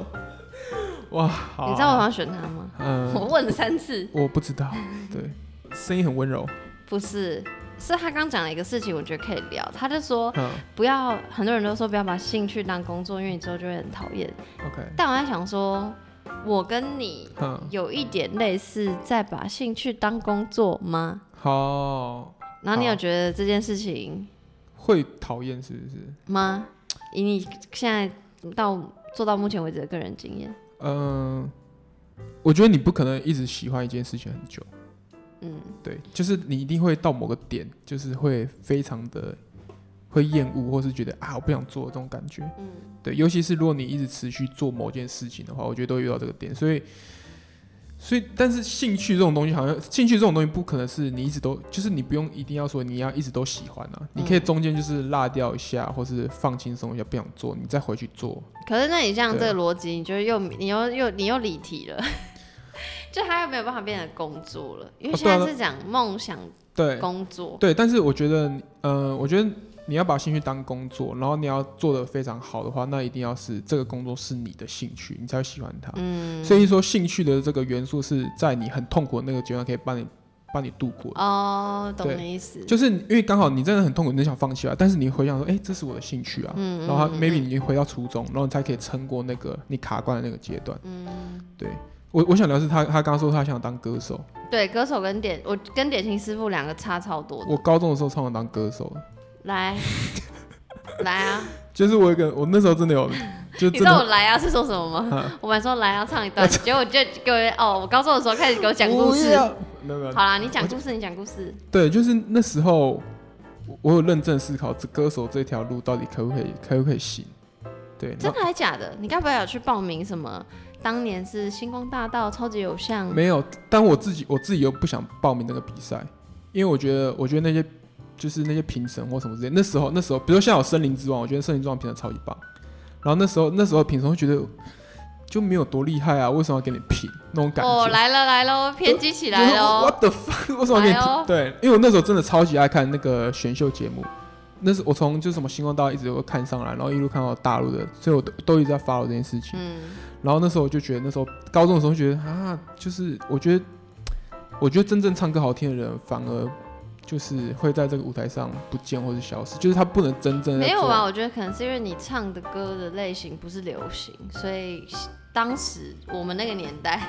[SPEAKER 2] 哇，好
[SPEAKER 1] 你知道为什么要选他吗？我 *laughs*
[SPEAKER 2] 嗯，
[SPEAKER 1] 问了三次，
[SPEAKER 2] 我不知道，对，声音很温柔，
[SPEAKER 1] 不是，是他刚讲了一个事情，我觉得可以聊。他就说
[SPEAKER 2] 嗯
[SPEAKER 1] 不要，很多人都说不要把兴趣当工作，因为你之后就会很讨厌。
[SPEAKER 2] ，OK，
[SPEAKER 1] 但我在想说，我跟你
[SPEAKER 2] 嗯，
[SPEAKER 1] 有一点类似，在把兴趣当工作吗？
[SPEAKER 2] 好，
[SPEAKER 1] 然后你有
[SPEAKER 2] 好
[SPEAKER 1] 觉得这件事情
[SPEAKER 2] 会讨厌是不是？
[SPEAKER 1] 吗？以你现在到做到目前为止的个人经验，
[SPEAKER 2] 嗯，我觉得你不可能一直喜欢一件事情很久。
[SPEAKER 1] 嗯，
[SPEAKER 2] 对，就是你一定会到某个点，就是会非常的会厌恶，或是觉得啊我不想做这种感觉。
[SPEAKER 1] 嗯，
[SPEAKER 2] 对，尤其是如果你一直持续做某件事情的话，我觉得都会遇到这个点。所以，所以但是兴趣这种东西，好像兴趣这种东西不可能是你一直都，就是你不用一定要说你要一直都喜欢啊，你可
[SPEAKER 1] 嗯
[SPEAKER 2] 以中间就是落掉一下，或是放轻松一下，不想做，你再回去做。
[SPEAKER 1] 可是那你像这
[SPEAKER 2] 对啊
[SPEAKER 1] 个逻辑，你就又你又又你又离题了， *laughs* 就他又没有办法变成工作了，因为
[SPEAKER 2] 啊
[SPEAKER 1] 现在
[SPEAKER 2] 对啊
[SPEAKER 1] 是讲梦想
[SPEAKER 2] 对，
[SPEAKER 1] 工作，
[SPEAKER 2] 对，但是我觉得，呃，我觉得你要把兴趣当工作，然后你要做的非常好的话，那一定要是这个工作是你的兴趣，你才会喜欢它。
[SPEAKER 1] 嗯，
[SPEAKER 2] 所以说，兴趣的这个元素是在你很痛苦的那个阶段可以帮你帮你度过的。
[SPEAKER 1] 哦，懂
[SPEAKER 2] 对
[SPEAKER 1] 你意思，
[SPEAKER 2] 就是因为刚好你真的很痛苦，你想放弃啊，但是你回想说，哎、这是我的兴趣啊，
[SPEAKER 1] 嗯
[SPEAKER 2] 然后它
[SPEAKER 1] 嗯嗯
[SPEAKER 2] maybe 你回到初中，然后你才可以撑过那个你卡关的那个阶段。嗯，对我我想聊的是他，他刚刚说他想当歌手，
[SPEAKER 1] 对，歌手跟点我跟点心师傅两个差超多的。
[SPEAKER 2] 我高中的时候超想当歌手的， *laughs*
[SPEAKER 1] 来，来啊！
[SPEAKER 2] 就是我有一个我那时候真的有，就
[SPEAKER 1] 你
[SPEAKER 2] 真
[SPEAKER 1] 知
[SPEAKER 2] 的嗯
[SPEAKER 1] 道我来啊是说什么吗？我本来说来啊唱一
[SPEAKER 2] *laughs*
[SPEAKER 1] 段，结果就给我哦，我高中的时候开始给我讲故
[SPEAKER 2] 不
[SPEAKER 1] 事。
[SPEAKER 2] 要。没有没有
[SPEAKER 1] 好，啦，你讲故事，你讲故事。
[SPEAKER 2] 对，就是那时候我我有认真思考，这歌手这条路到底可不可以，可不可以行？对，
[SPEAKER 1] 真的还假的？你该不会有去报名什么？当年是星光大道、超级偶像
[SPEAKER 2] 那，没有，但我自己我自己又不想报名那个比赛，因为我觉得我觉得那些就是那些评审或什么之类，那时候那时候，比如像有森林之王，我觉得森林之王评的超级棒，然后那时候那时候评审会觉得就没有多厉害啊，为什么要给你评那种感觉？
[SPEAKER 1] 哦，来了来喽，偏激起来哦喽！
[SPEAKER 2] What the fuck？为什么给你
[SPEAKER 1] 来哦
[SPEAKER 2] 听？对，因为我那时候真的超级爱看那个选秀节目，那是我从就什么星光大道一直有看上来，然后一路看到大陆的，所以我都都一直在 follow 这件事情。
[SPEAKER 1] 嗯，
[SPEAKER 2] 然后那时候我就觉得，那时候高中的时候觉得啊，就是我觉得，我觉得真正唱歌好听的人，反而就是会在这个舞台上不见或是消失，就是他不能真正地
[SPEAKER 1] 没有
[SPEAKER 2] 做
[SPEAKER 1] 啊，我觉得可能是因为你唱的歌的 *laughs* 类型不是流行，所以当时我们那个年代，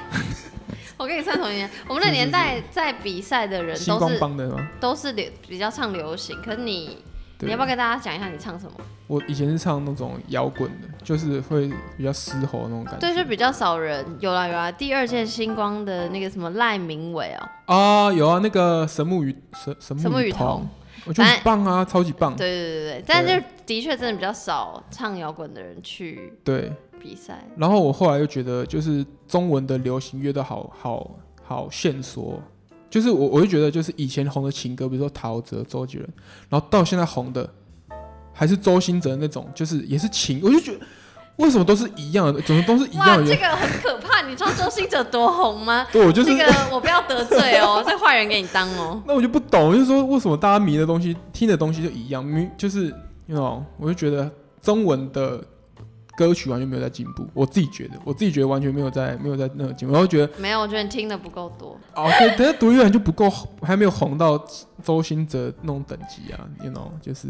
[SPEAKER 1] 我跟你算同一年，我们那
[SPEAKER 2] 是是
[SPEAKER 1] 年代在比赛的人
[SPEAKER 2] 星
[SPEAKER 1] 都
[SPEAKER 2] 光
[SPEAKER 1] 是
[SPEAKER 2] 帮的吗？
[SPEAKER 1] 都是流比较唱流行，可是你你
[SPEAKER 2] 对
[SPEAKER 1] 要不，要跟大家讲一下你唱什么？
[SPEAKER 2] 我以前是唱那种摇滚的，就是会比较嘶吼那种感觉。
[SPEAKER 1] 对，就比较少人。有啦有啦，第二届星光的那个什么赖明伟哦，
[SPEAKER 2] 啊，有啊，那个神木与神神
[SPEAKER 1] 神木
[SPEAKER 2] 木
[SPEAKER 1] 雨
[SPEAKER 2] 与
[SPEAKER 1] 桐
[SPEAKER 2] 桐，我觉得很棒啊，超级棒。
[SPEAKER 1] 对对对对，但就的确真的比较少唱摇滚的人去
[SPEAKER 2] 对，
[SPEAKER 1] 比赛。
[SPEAKER 2] 然后我后来又觉得，就是中文的流行乐都好好好线索，就是我我就觉得，就是以前红的情歌，比如说陶喆、周杰伦，然后到现在红的还是周兴哲那种，就是也是情，我就觉得为什么都是一样的，怎么都是一
[SPEAKER 1] 哇，
[SPEAKER 2] 样的
[SPEAKER 1] 这
[SPEAKER 2] 原？
[SPEAKER 1] 个很可怕！你知道周星哲多红吗？
[SPEAKER 2] 对我就是
[SPEAKER 1] 这，个我不要得罪哦， *laughs* 这坏人给你当哦。
[SPEAKER 2] 那我就不懂，就是说为什么大家迷的东西、听的东西就一样，迷就是那种，我就觉得中文的。歌曲完全没有在进步，我自己觉得，我自己觉得完全没有在没有在那个进步，然后觉得
[SPEAKER 1] 没有，我觉得你听的不够多。
[SPEAKER 2] 哦，对，等下独立乐团就不够，还没有红到周兴哲那种等级啊，you know，就是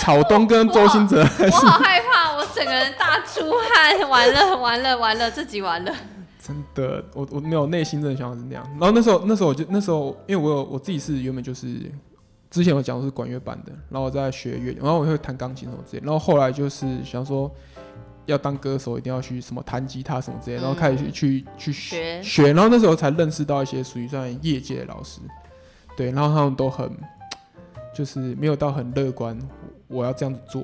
[SPEAKER 2] 草东跟周兴哲还
[SPEAKER 1] 我
[SPEAKER 2] 是
[SPEAKER 1] 好害怕，我整个人大出汗，完了完了完了，这集完了。
[SPEAKER 2] 真的，我我没有内心真的想法是那样。然后那时候那时候我就那时候，因为我有我自己是原本就是之前我讲的是管乐班的，然后我在学乐，然后我会弹钢琴什么之类，然后后来就是想说。要当歌手，一定要去什么弹吉他什么之类，然后开始去、去去
[SPEAKER 1] 学
[SPEAKER 2] 学，然后那时候才认识到一些属于算业界的老师，对，然后他们都很就是没有到很乐观，我要这样子做，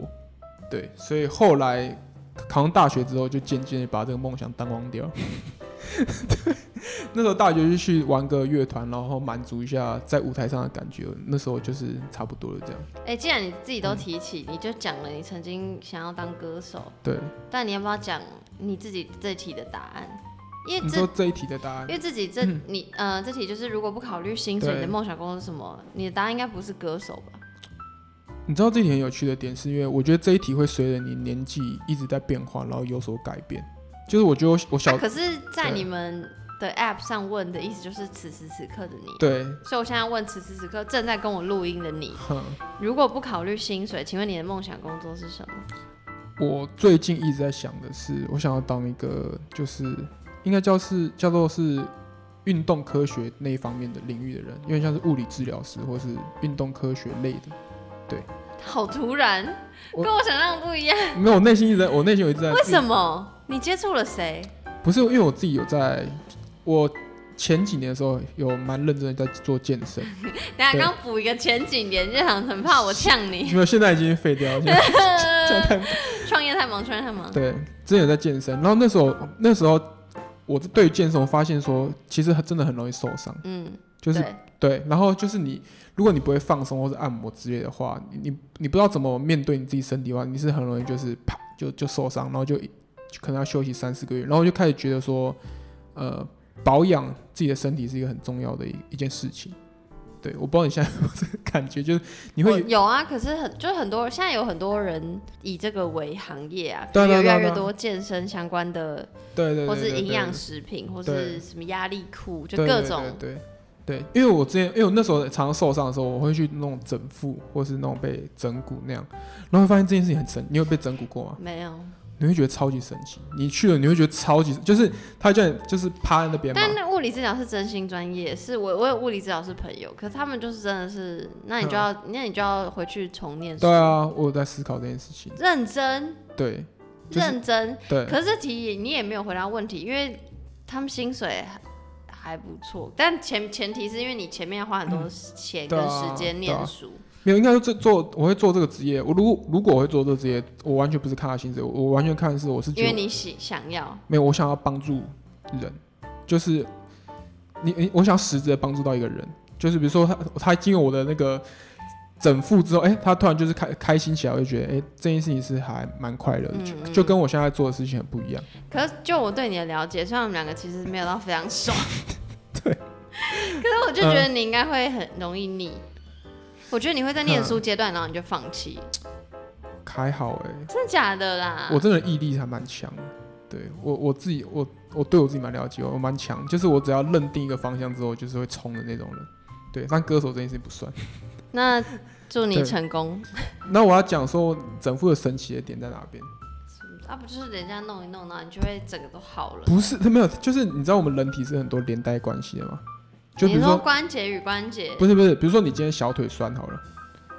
[SPEAKER 2] 对，所以后来考上大学之后，就渐渐地把这个梦想淡忘掉。 *laughs* 对，那时候大学就去玩个乐团，然后满足一下在舞台上的感觉。那时候就是差不多了，这样。
[SPEAKER 1] 哎、既然你自己都提起，你就讲了你曾经想要当歌手，
[SPEAKER 2] 对，
[SPEAKER 1] 但你要不要讲你自己这题的答案？因为
[SPEAKER 2] 你
[SPEAKER 1] 这
[SPEAKER 2] 说这一题的答案
[SPEAKER 1] 因为自己这、你呃这题就是如果不考虑薪水，
[SPEAKER 2] 对
[SPEAKER 1] 你的梦想工作是什么？你的答案应该不是歌手吧？
[SPEAKER 2] 你知道这一题很有趣的点，是因为我觉得这一题会随着你年纪一直在变化，然后有所改变。就是我觉得我我小、
[SPEAKER 1] 啊可是，在
[SPEAKER 2] 对
[SPEAKER 1] 你们的 App 上问的意思就是此时此刻的你。
[SPEAKER 2] 对，
[SPEAKER 1] 所以我现在问此时此刻正在跟我录音的你，
[SPEAKER 2] 哼，
[SPEAKER 1] 如果不考虑薪水，请问你的梦想工作是什么？ *laughs*
[SPEAKER 2] 我最近一直在想的是，我想要当一个就是应该叫是叫做是运动科学那一方面的领域的人，有点像是物理治疗师或是运动科学类的。
[SPEAKER 1] *laughs* 好突然，
[SPEAKER 2] 我呃
[SPEAKER 1] 跟我想象的不一样。
[SPEAKER 2] 没有，我内心一直在，我内心有一直在。
[SPEAKER 1] 为什么？你接触了谁？
[SPEAKER 2] 不是因为我自己有在，我前几年的时候有蛮认真的在做健
[SPEAKER 1] *laughs*
[SPEAKER 2] 身，
[SPEAKER 1] 等下
[SPEAKER 2] 对
[SPEAKER 1] 刚补一个前几年，就想很怕我呛你。
[SPEAKER 2] 没有，现在已经废掉了。现在现在太
[SPEAKER 1] *laughs* 创业太忙，创业太忙。
[SPEAKER 2] 对，之前有在健身，然后那时候那时候我对于健身，我发现说其实真的很容易受伤，
[SPEAKER 1] 嗯，
[SPEAKER 2] 就是
[SPEAKER 1] 对
[SPEAKER 2] 对，然后就是你，如果你不会放松或是按摩之类的话，你你你不知道怎么面对你自己身体的话，你是很容易就是啪就就受伤，然后就就可能要休息三四个月，然后我就开始觉得说，呃，保养自己的身体是一个很重要的一一件事情。对，我不知道你现在 *laughs* 有没有这个感觉，就是你
[SPEAKER 1] 我
[SPEAKER 2] 会
[SPEAKER 1] 有啊，可是很就很多，现在有很多人以这个为行业啊，
[SPEAKER 2] 对
[SPEAKER 1] 可
[SPEAKER 2] 啊
[SPEAKER 1] 能有
[SPEAKER 2] 对
[SPEAKER 1] 越
[SPEAKER 2] 啊
[SPEAKER 1] 来越
[SPEAKER 2] 对啊
[SPEAKER 1] 多健身相关的，
[SPEAKER 2] 对对对对
[SPEAKER 1] 或是
[SPEAKER 2] 对
[SPEAKER 1] 营
[SPEAKER 2] 对
[SPEAKER 1] 养
[SPEAKER 2] 对
[SPEAKER 1] 食品，或是
[SPEAKER 2] 对
[SPEAKER 1] 什么压力裤，就
[SPEAKER 2] 对
[SPEAKER 1] 各
[SPEAKER 2] 对
[SPEAKER 1] 种。
[SPEAKER 2] 对对对，因为我之前，因为我那时候常常受伤的时候，我会去那种整腹或是那种被整骨那样，然后发现这件事情很神。你有被整骨过吗？
[SPEAKER 1] 没有，
[SPEAKER 2] 你会觉得超级神奇。你去了，你会觉得超级，就是他叫你就是趴在那边嘛，
[SPEAKER 1] 但那物理治疗是真心专业，是我我有物理治疗师朋友，可是他们就是真的是，那你就要、那你就要回去重念书，
[SPEAKER 2] 嗯对啊，我有在思考这件事情。
[SPEAKER 1] 认真
[SPEAKER 2] 对，就是呃
[SPEAKER 1] 认真。
[SPEAKER 2] 对，
[SPEAKER 1] 可是这题你也没有回答问题，因为他们薪水还还不错，但前前提是因为你前面要花很多钱
[SPEAKER 2] 对
[SPEAKER 1] 跟
[SPEAKER 2] 啊
[SPEAKER 1] 时间
[SPEAKER 2] 对
[SPEAKER 1] 念
[SPEAKER 2] 啊
[SPEAKER 1] 书。
[SPEAKER 2] 没有，应该说这做我会做这个职业。我如果如果我会做这个职业，我完全不是看他薪水，我我完全看的是我是觉
[SPEAKER 1] 因
[SPEAKER 2] 得
[SPEAKER 1] 为你喜想要，
[SPEAKER 2] 没有，我想要帮助人，就是你你，我想实质的帮助到一个人，就是比如说他他经过我的那个整复之后，哎、他突然就是开开心起来，我就觉得哎、诶这件事情是还蛮快乐的，呃就
[SPEAKER 1] 嗯嗯
[SPEAKER 2] 就跟我现在做的事情很不一样。
[SPEAKER 1] 可是就我对你的了解，虽然我们两个其实没有到非常熟，
[SPEAKER 2] *laughs*
[SPEAKER 1] *laughs*
[SPEAKER 2] 对，
[SPEAKER 1] 可是我就觉得你应该会很容易腻。我觉得你会在念书阶段，然后你就放弃，
[SPEAKER 2] 还好哎、
[SPEAKER 1] 真的假的啦？
[SPEAKER 2] 我真的毅力还蛮强的。对我我自己，我我对我自己蛮了解，我蛮强，就是我只要认定一个方向之后，就是会冲的那种人。对，但歌手这件事情不算。
[SPEAKER 1] 那祝你
[SPEAKER 2] 对
[SPEAKER 1] 成功。
[SPEAKER 2] 那我要讲说整副的神奇的点在哪边？
[SPEAKER 1] 啊，不就是人家弄一弄，然后你就会整个都好了。
[SPEAKER 2] 不是，他没有，就是你知道我们人体是很多连带关系的嘛，就比
[SPEAKER 1] 你
[SPEAKER 2] 如
[SPEAKER 1] 说
[SPEAKER 2] 说
[SPEAKER 1] 关节与关节，
[SPEAKER 2] 不是不是，比如说你今天小腿酸好了，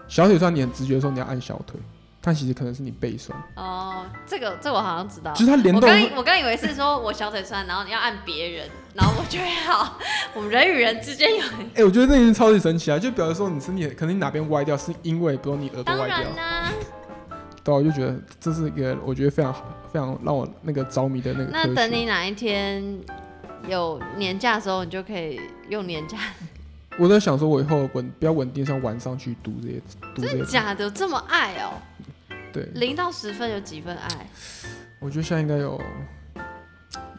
[SPEAKER 2] 小腿酸你很直觉说你要按小腿，但其实可能是你背酸，
[SPEAKER 1] 哦，这个这我好像知道
[SPEAKER 2] 就。是它联
[SPEAKER 1] 哦我
[SPEAKER 2] 动
[SPEAKER 1] 刚以我刚以为是说我小腿酸，然后你要按别人，然后我就会好。我们人与人之间有，
[SPEAKER 2] *laughs* 哎、我觉得这已经超级神奇啊！就比如说你身体可能你哪边歪掉，是因为比如你耳朵
[SPEAKER 1] 当
[SPEAKER 2] 歪
[SPEAKER 1] 然
[SPEAKER 2] 掉，
[SPEAKER 1] 啦、
[SPEAKER 2] 对啊，我就觉得这是一个我觉得非常好非常让我那个着迷的那个科
[SPEAKER 1] 那
[SPEAKER 2] 学。
[SPEAKER 1] 等你哪一天有年假的时候，你就可以用年假。
[SPEAKER 2] 我在想说，我以后稳比较稳定，像晚上去读这些读这
[SPEAKER 1] *laughs* 真的
[SPEAKER 2] 些，
[SPEAKER 1] 假的？有这么爱哦、
[SPEAKER 2] 对，
[SPEAKER 1] 零到十分有几分爱？真
[SPEAKER 2] 我觉得现在应该有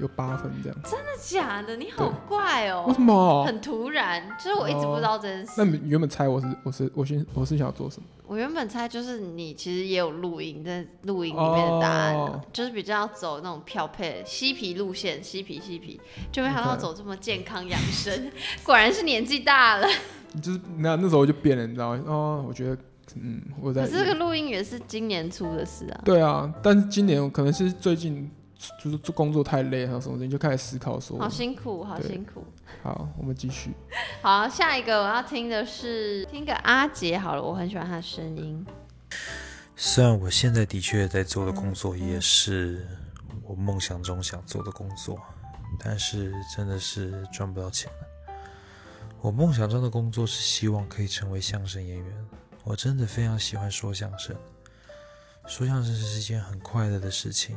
[SPEAKER 2] 有八分这样。
[SPEAKER 1] 的假的？你好怪哦、
[SPEAKER 2] 为什么？啊哦
[SPEAKER 1] 很突然，就是我一直不知道这件事。
[SPEAKER 2] 那你原本猜我是我是我是我是想要做什么？
[SPEAKER 1] 我原本猜就是你其实也有录音，在录音里面的答案啊、
[SPEAKER 2] 哦
[SPEAKER 1] 就是比较走那种漂配嬉皮路线，嬉皮嬉皮，就没想到
[SPEAKER 2] OK
[SPEAKER 1] 走这么健康养生， *laughs* 果然是年纪大了。
[SPEAKER 2] 就是那那时候我就变了，你知道吗？哦，我觉得嗯，我在
[SPEAKER 1] 可是这个录音也是今年出的事啊。
[SPEAKER 2] 对啊，但是今年我可能是最近就是做工作太累，还有什么东西，就开始思考说，
[SPEAKER 1] 好辛苦，好
[SPEAKER 2] 对
[SPEAKER 1] 辛苦。
[SPEAKER 2] 好，我们继续。
[SPEAKER 1] 好，下一个我要听的是听个阿杰好了，我很喜欢他的声音。
[SPEAKER 6] 虽然我现在的确在做的工作也是我梦想中想做的工作，但是真的是赚不到钱了。我梦想中的工作是希望可以成为相声演员，我真的非常喜欢说相声。说相声是一件很快乐的事情，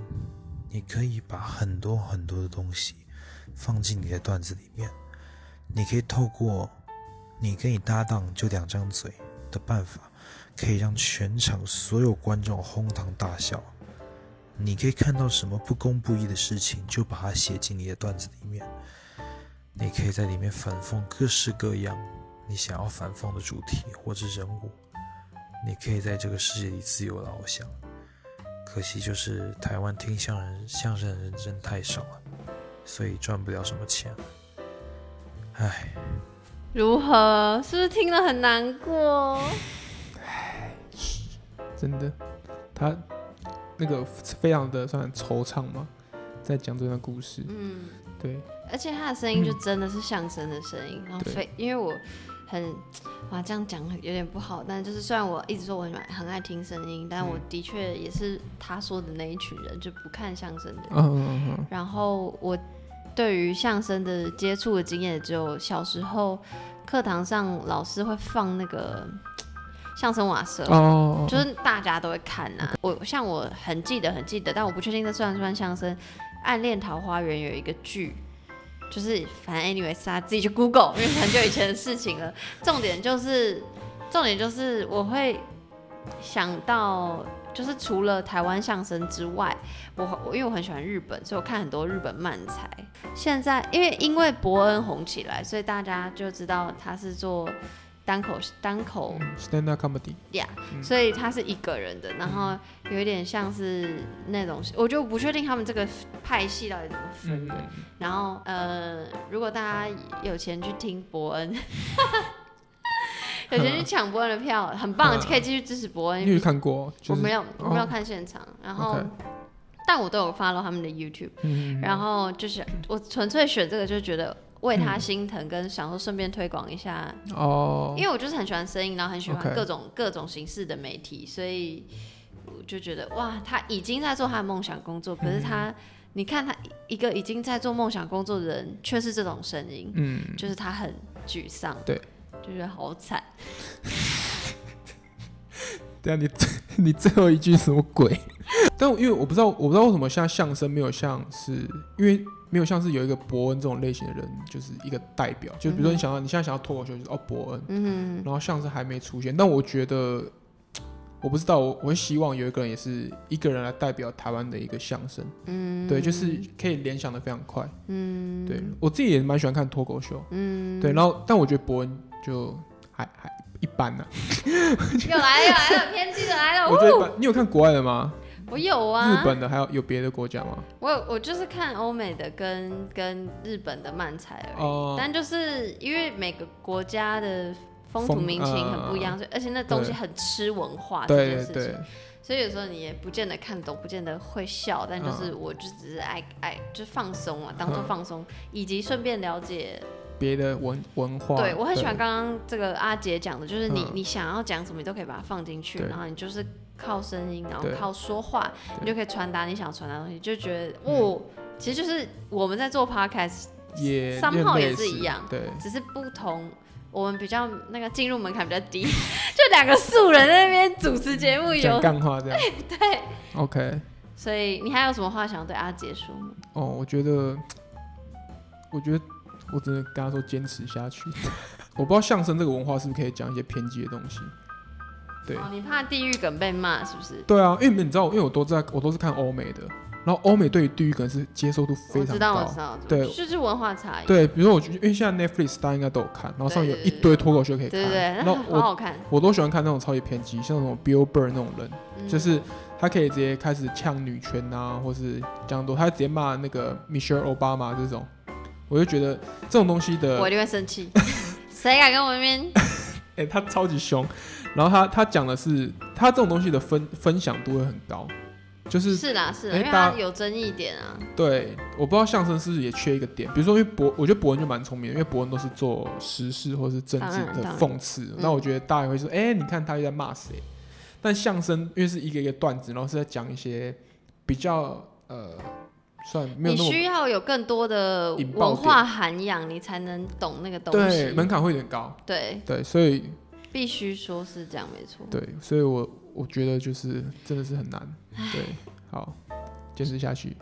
[SPEAKER 6] 你可以把很多很多的东西放进你的段子里面，你可以透过你跟你搭档就两张嘴的办法。可以让全场所有观众哄堂大笑。你可以看到什么不公不义的事情，就把它写进你的段子里面。你可以在里面反讽各式各样你想要反讽的主题或者人物。你可以在这个世界里自由翱翔。可惜就是台湾听相声相声的人真太少了，所以赚不了什么钱。唉。
[SPEAKER 1] 如何？是不是听了很难过？
[SPEAKER 2] 真的，他那个非常的算惆怅嘛，在讲这段故事。
[SPEAKER 1] 嗯，
[SPEAKER 2] 对，
[SPEAKER 1] 而且他的声音就真的是相声的声音，然后
[SPEAKER 2] 对
[SPEAKER 1] 非因为我很哇这样讲有点不好，但就是虽然我一直说我很很爱听声音，但我的确也是他说的那一群人，就不看相声的人。
[SPEAKER 2] 嗯嗯嗯
[SPEAKER 1] 然后我对于相声的接触的经验，只有小时候课堂上老师会放那个相声瓦舍
[SPEAKER 2] 嗯，。哦，
[SPEAKER 1] 就是大家都会看呐、我像我很记得很记得，但我不确定这算不算相声。《暗恋桃花源》有一个剧，就是反正 anyway 是他自己去 Google，因为很久以前的事情了。重点就是，重点就是我会想到，就是除了台湾相声之外，我我因为我很喜欢日本，所以我看很多日本漫才。现在因为因为伯恩红起来，所以大家就知道他是做单口单口
[SPEAKER 2] 哦 stand up comedy，
[SPEAKER 1] 呀、
[SPEAKER 2] 嗯
[SPEAKER 1] 所以他是一个人的，然后有一点像是那种，我就不确定他们这个派系到底怎么
[SPEAKER 2] 嗯
[SPEAKER 1] 分的。然后呃，如果大家有钱去听伯恩， *laughs* 有钱去抢伯恩的票，很棒，
[SPEAKER 2] 嗯
[SPEAKER 1] 可以继续支持伯
[SPEAKER 2] 你有
[SPEAKER 1] 恩。
[SPEAKER 2] 看过？就
[SPEAKER 1] 我
[SPEAKER 2] 是
[SPEAKER 1] 没有，我没有
[SPEAKER 2] 哦
[SPEAKER 1] 看现场，然后
[SPEAKER 2] OK
[SPEAKER 1] 但我都有 follow 他们的 YouTube。
[SPEAKER 2] 嗯，
[SPEAKER 1] 然后就是我纯粹选这个，就觉得为
[SPEAKER 2] 嗯
[SPEAKER 1] 他心疼，跟想说顺便推广一下，
[SPEAKER 2] 哦，
[SPEAKER 1] 因为我就是很喜欢声音，然后很喜欢
[SPEAKER 2] OK
[SPEAKER 1] 各种各种形式的媒体，所以我就觉得哇，他已经在做他的梦想工作，可是
[SPEAKER 2] 嗯
[SPEAKER 1] 他，你看他一个已经在做梦想工作的人，却是这种声音，
[SPEAKER 2] 嗯，
[SPEAKER 1] 就是他很沮丧，
[SPEAKER 2] 对，
[SPEAKER 1] 就觉得好惨。
[SPEAKER 2] 对啊，你你最 *laughs* 后一句什么鬼？ *laughs* 但我因为我不知道，我不知道为什么像相声没有像是，因为没有像是有一个伯恩这种类型的人，就是一个代表。就比如说你想要，你现在想要脱口秀，就是哦伯恩，嗯，然后相声还没出现。但我觉得，我不知道，我我会希望有一个人也是一个人来代表台湾的一个相声，嗯，对，就是 *laughs* 可以联想的非常快，嗯，对我自己也蛮喜欢看脱口秀，嗯，对，然后但我觉得伯恩就还还一般呢、
[SPEAKER 1] 又来了，又来了，偏激的来了。
[SPEAKER 2] 我觉得一
[SPEAKER 1] 呜
[SPEAKER 2] 般。你有看国外的吗？
[SPEAKER 1] 我有啊，
[SPEAKER 2] 日本的还有有别的国家吗？
[SPEAKER 1] 我有我就是看欧美的跟跟日本的漫才而已，
[SPEAKER 2] 哦
[SPEAKER 1] 但就是因为每个国家的风土
[SPEAKER 2] 风
[SPEAKER 1] 民情很不一
[SPEAKER 2] 呃
[SPEAKER 1] 样，所以而且那东西
[SPEAKER 2] 对
[SPEAKER 1] 很吃文化啊这件
[SPEAKER 2] 对
[SPEAKER 1] 事情。
[SPEAKER 2] 对，
[SPEAKER 1] 所以有时候你也不见得看懂，不见得会笑，但就是我就只是爱、爱就放松啊，当做
[SPEAKER 2] 嗯
[SPEAKER 1] 放松，以及顺便了解。
[SPEAKER 2] 别的文文化，
[SPEAKER 1] 对我很喜欢刚刚这个阿杰讲的，就是你、
[SPEAKER 2] 嗯
[SPEAKER 1] 你想要讲什么，你都可以把它放进去，
[SPEAKER 2] 对
[SPEAKER 1] 然后你就是靠声音，然后
[SPEAKER 2] 对
[SPEAKER 1] 靠说话，
[SPEAKER 2] 对嗯
[SPEAKER 1] 你就可以传达你想传达的东西，就觉得哦，其实就是我们在做 podcast，
[SPEAKER 2] 也
[SPEAKER 1] 三
[SPEAKER 2] 也
[SPEAKER 1] 号
[SPEAKER 2] 很
[SPEAKER 1] 也
[SPEAKER 2] 类
[SPEAKER 1] 是
[SPEAKER 2] 似
[SPEAKER 1] 一样
[SPEAKER 2] 对，
[SPEAKER 1] 只是不同。我们比较那个进入门槛比较低， *laughs* 就两个素人在那边主持节目有
[SPEAKER 2] 讲，干话这样，
[SPEAKER 1] *laughs* 对，
[SPEAKER 2] OK，
[SPEAKER 1] 所以你还有什么话想要对阿杰说吗？
[SPEAKER 2] 哦，我觉得，我觉得我只能跟他说坚持下去。 *laughs* 我不知道相声这个文化是不是可以讲一些偏激的东西。对
[SPEAKER 1] 哦，你怕地狱梗被骂是不是？
[SPEAKER 2] 对啊，因为你知道，因为我都在我都是看欧美的，然后欧美对于地狱梗是接受度
[SPEAKER 1] 我
[SPEAKER 2] 非
[SPEAKER 1] 知
[SPEAKER 2] 常
[SPEAKER 1] 道，我
[SPEAKER 2] 高
[SPEAKER 1] 知。道，
[SPEAKER 2] 对
[SPEAKER 1] 就是文化差异。
[SPEAKER 2] 对，比如说我去，因为现在 Netflix 大家应该都有看，然后上面有
[SPEAKER 1] 对
[SPEAKER 2] 一堆脱口秀可以看，
[SPEAKER 1] 对对对，
[SPEAKER 2] 然
[SPEAKER 1] 那
[SPEAKER 2] 后
[SPEAKER 1] 好
[SPEAKER 2] 我
[SPEAKER 1] 好看，
[SPEAKER 2] 我都喜欢看那种超级偏激，像那种 Bill Burr 那种人，
[SPEAKER 1] 嗯
[SPEAKER 2] 就是他可以直接开始呛女权啊，或是这样多，他直接骂那个 Michelle Obama 这种，我就觉得这种东西的
[SPEAKER 1] 我一定会生气。 *laughs* 谁敢跟我那
[SPEAKER 2] *laughs*
[SPEAKER 1] 边？
[SPEAKER 2] 哎、他超级凶。然后他他讲的是，他这种东西的分分享度会很高，就是
[SPEAKER 1] 是啦是啦，
[SPEAKER 2] 哎
[SPEAKER 1] 因为
[SPEAKER 2] 大
[SPEAKER 1] 它
[SPEAKER 2] 家
[SPEAKER 1] 有争议点啊。
[SPEAKER 2] 对，我不知道相声是不是也缺一个点，比如说因为博，我觉得博文就蛮聪明的，因为博文都是做时事或是政
[SPEAKER 1] 当
[SPEAKER 2] 治
[SPEAKER 1] 然
[SPEAKER 2] 的
[SPEAKER 1] 当然
[SPEAKER 2] 讽刺，
[SPEAKER 1] 嗯
[SPEAKER 2] 那我觉得大家也会说，哎、你看他又在骂谁？但相声因为是一个一个段子，然后是在讲一些比较呃，算没有
[SPEAKER 1] 你
[SPEAKER 2] 那么
[SPEAKER 1] 需要有更多的
[SPEAKER 2] 引爆
[SPEAKER 1] 文
[SPEAKER 2] 点
[SPEAKER 1] 化涵养，你才能懂那个东西。
[SPEAKER 2] 对门槛会有点高，
[SPEAKER 1] 对
[SPEAKER 2] 对，所以
[SPEAKER 1] 必须说是这样，没错。
[SPEAKER 2] 对，所以我我觉得就是真的是很难。对，好，坚持下去，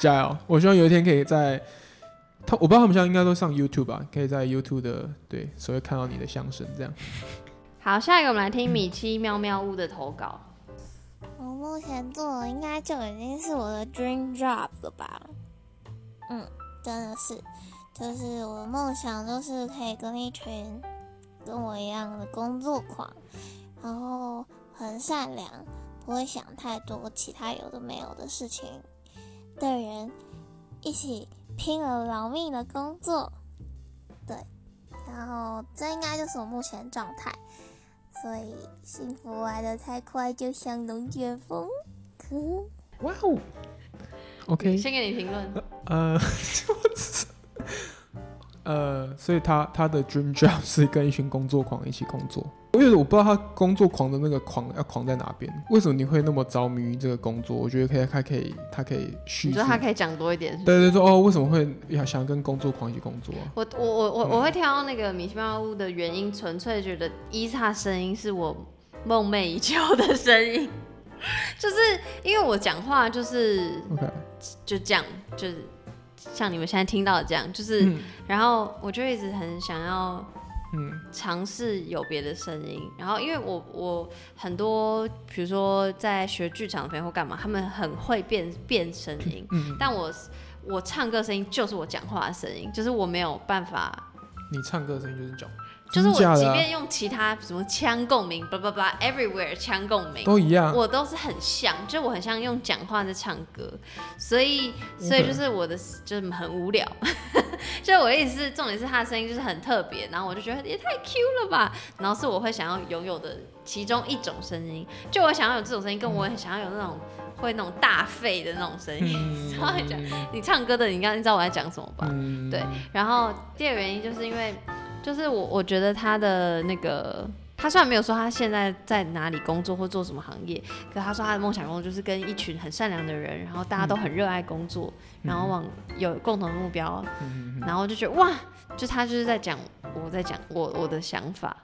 [SPEAKER 2] 加油！我希望有一天可以在他，我不知道他们现在应该都上 YouTube 吧，可以在 YouTube 的对，所以看到你的相声这样。
[SPEAKER 1] 好，下一个我们来听米奇喵喵屋的投稿。
[SPEAKER 7] 我目前做的应该就已经是我的 dream job 了吧？嗯，真的是，就是我的梦想就是可以跟一群跟我一样的工作狂，然后很善良，不会想太多其他有的没有的事情的人，一起拼了老命的工作。对，然后这应该就是我目前的状态。所以幸福来得太快，就像龙卷风。呵呵
[SPEAKER 2] 哇哦，OK，
[SPEAKER 1] 先给你评论。
[SPEAKER 2] 呃， *laughs* 我只呃，所以他他的 dream job 是跟一群工作狂一起工作。因为我不知道他工作狂的那个狂要狂在哪边，为什么你会那么着迷于这个工作？我觉得可以，他可以，他可以叙
[SPEAKER 1] 你
[SPEAKER 2] 述
[SPEAKER 1] 说他可以讲多一点，
[SPEAKER 2] 对对说哦，为什么会要想跟工作狂一起工作啊、
[SPEAKER 1] 我我我我我会挑那个米奇妙妙屋的原因，纯粹觉得伊莎声音是我梦寐以求的声音， *laughs* 就是因为我讲话就是就这样，就是像你们现在听到的这样，就是、
[SPEAKER 2] 嗯
[SPEAKER 1] 然后我就一直很想要
[SPEAKER 2] 嗯
[SPEAKER 1] 尝试有别的声音，然后因为我我很多比如说在学剧场的朋友或干嘛，他们很会变变声音，
[SPEAKER 2] 嗯，
[SPEAKER 1] 但我我唱歌声音就是我讲话的声音，就是我没有办法。
[SPEAKER 2] 你唱歌的声音就是讲，
[SPEAKER 1] 就是
[SPEAKER 2] 真
[SPEAKER 1] 我
[SPEAKER 2] 假
[SPEAKER 1] 即
[SPEAKER 2] 的啊
[SPEAKER 1] 便用其他什么腔共鸣，叭叭叭，everywhere 腔共鸣，
[SPEAKER 2] 都一样，
[SPEAKER 1] 我都是很像，就我很像用讲话在唱歌，所以所以
[SPEAKER 2] OK
[SPEAKER 1] 就是我的就是很无聊， *laughs* 就我的意思是，重点是他的声音就是很特别，然后我就觉得也太 Q 了吧，然后是我会想要拥有的其中一种声音，就我想要有这种声音，跟我很想要有那种会那种大肺的那种声音， *laughs*
[SPEAKER 2] 嗯
[SPEAKER 1] 超会讲，你唱歌的你应该知道我在讲什么吧？
[SPEAKER 2] 嗯
[SPEAKER 1] 对然后第二个原因就是因为，就是我我觉得他的那个，他虽然没有说他现在在哪里工作或做什么行业，可他说他的梦想工作就是跟一群很善良的人，然后大家
[SPEAKER 2] 嗯
[SPEAKER 1] 都很热爱工作，然后往有共同的目标，
[SPEAKER 2] 嗯
[SPEAKER 1] 然后就觉得哇，就他就是在讲我在讲我我的想法。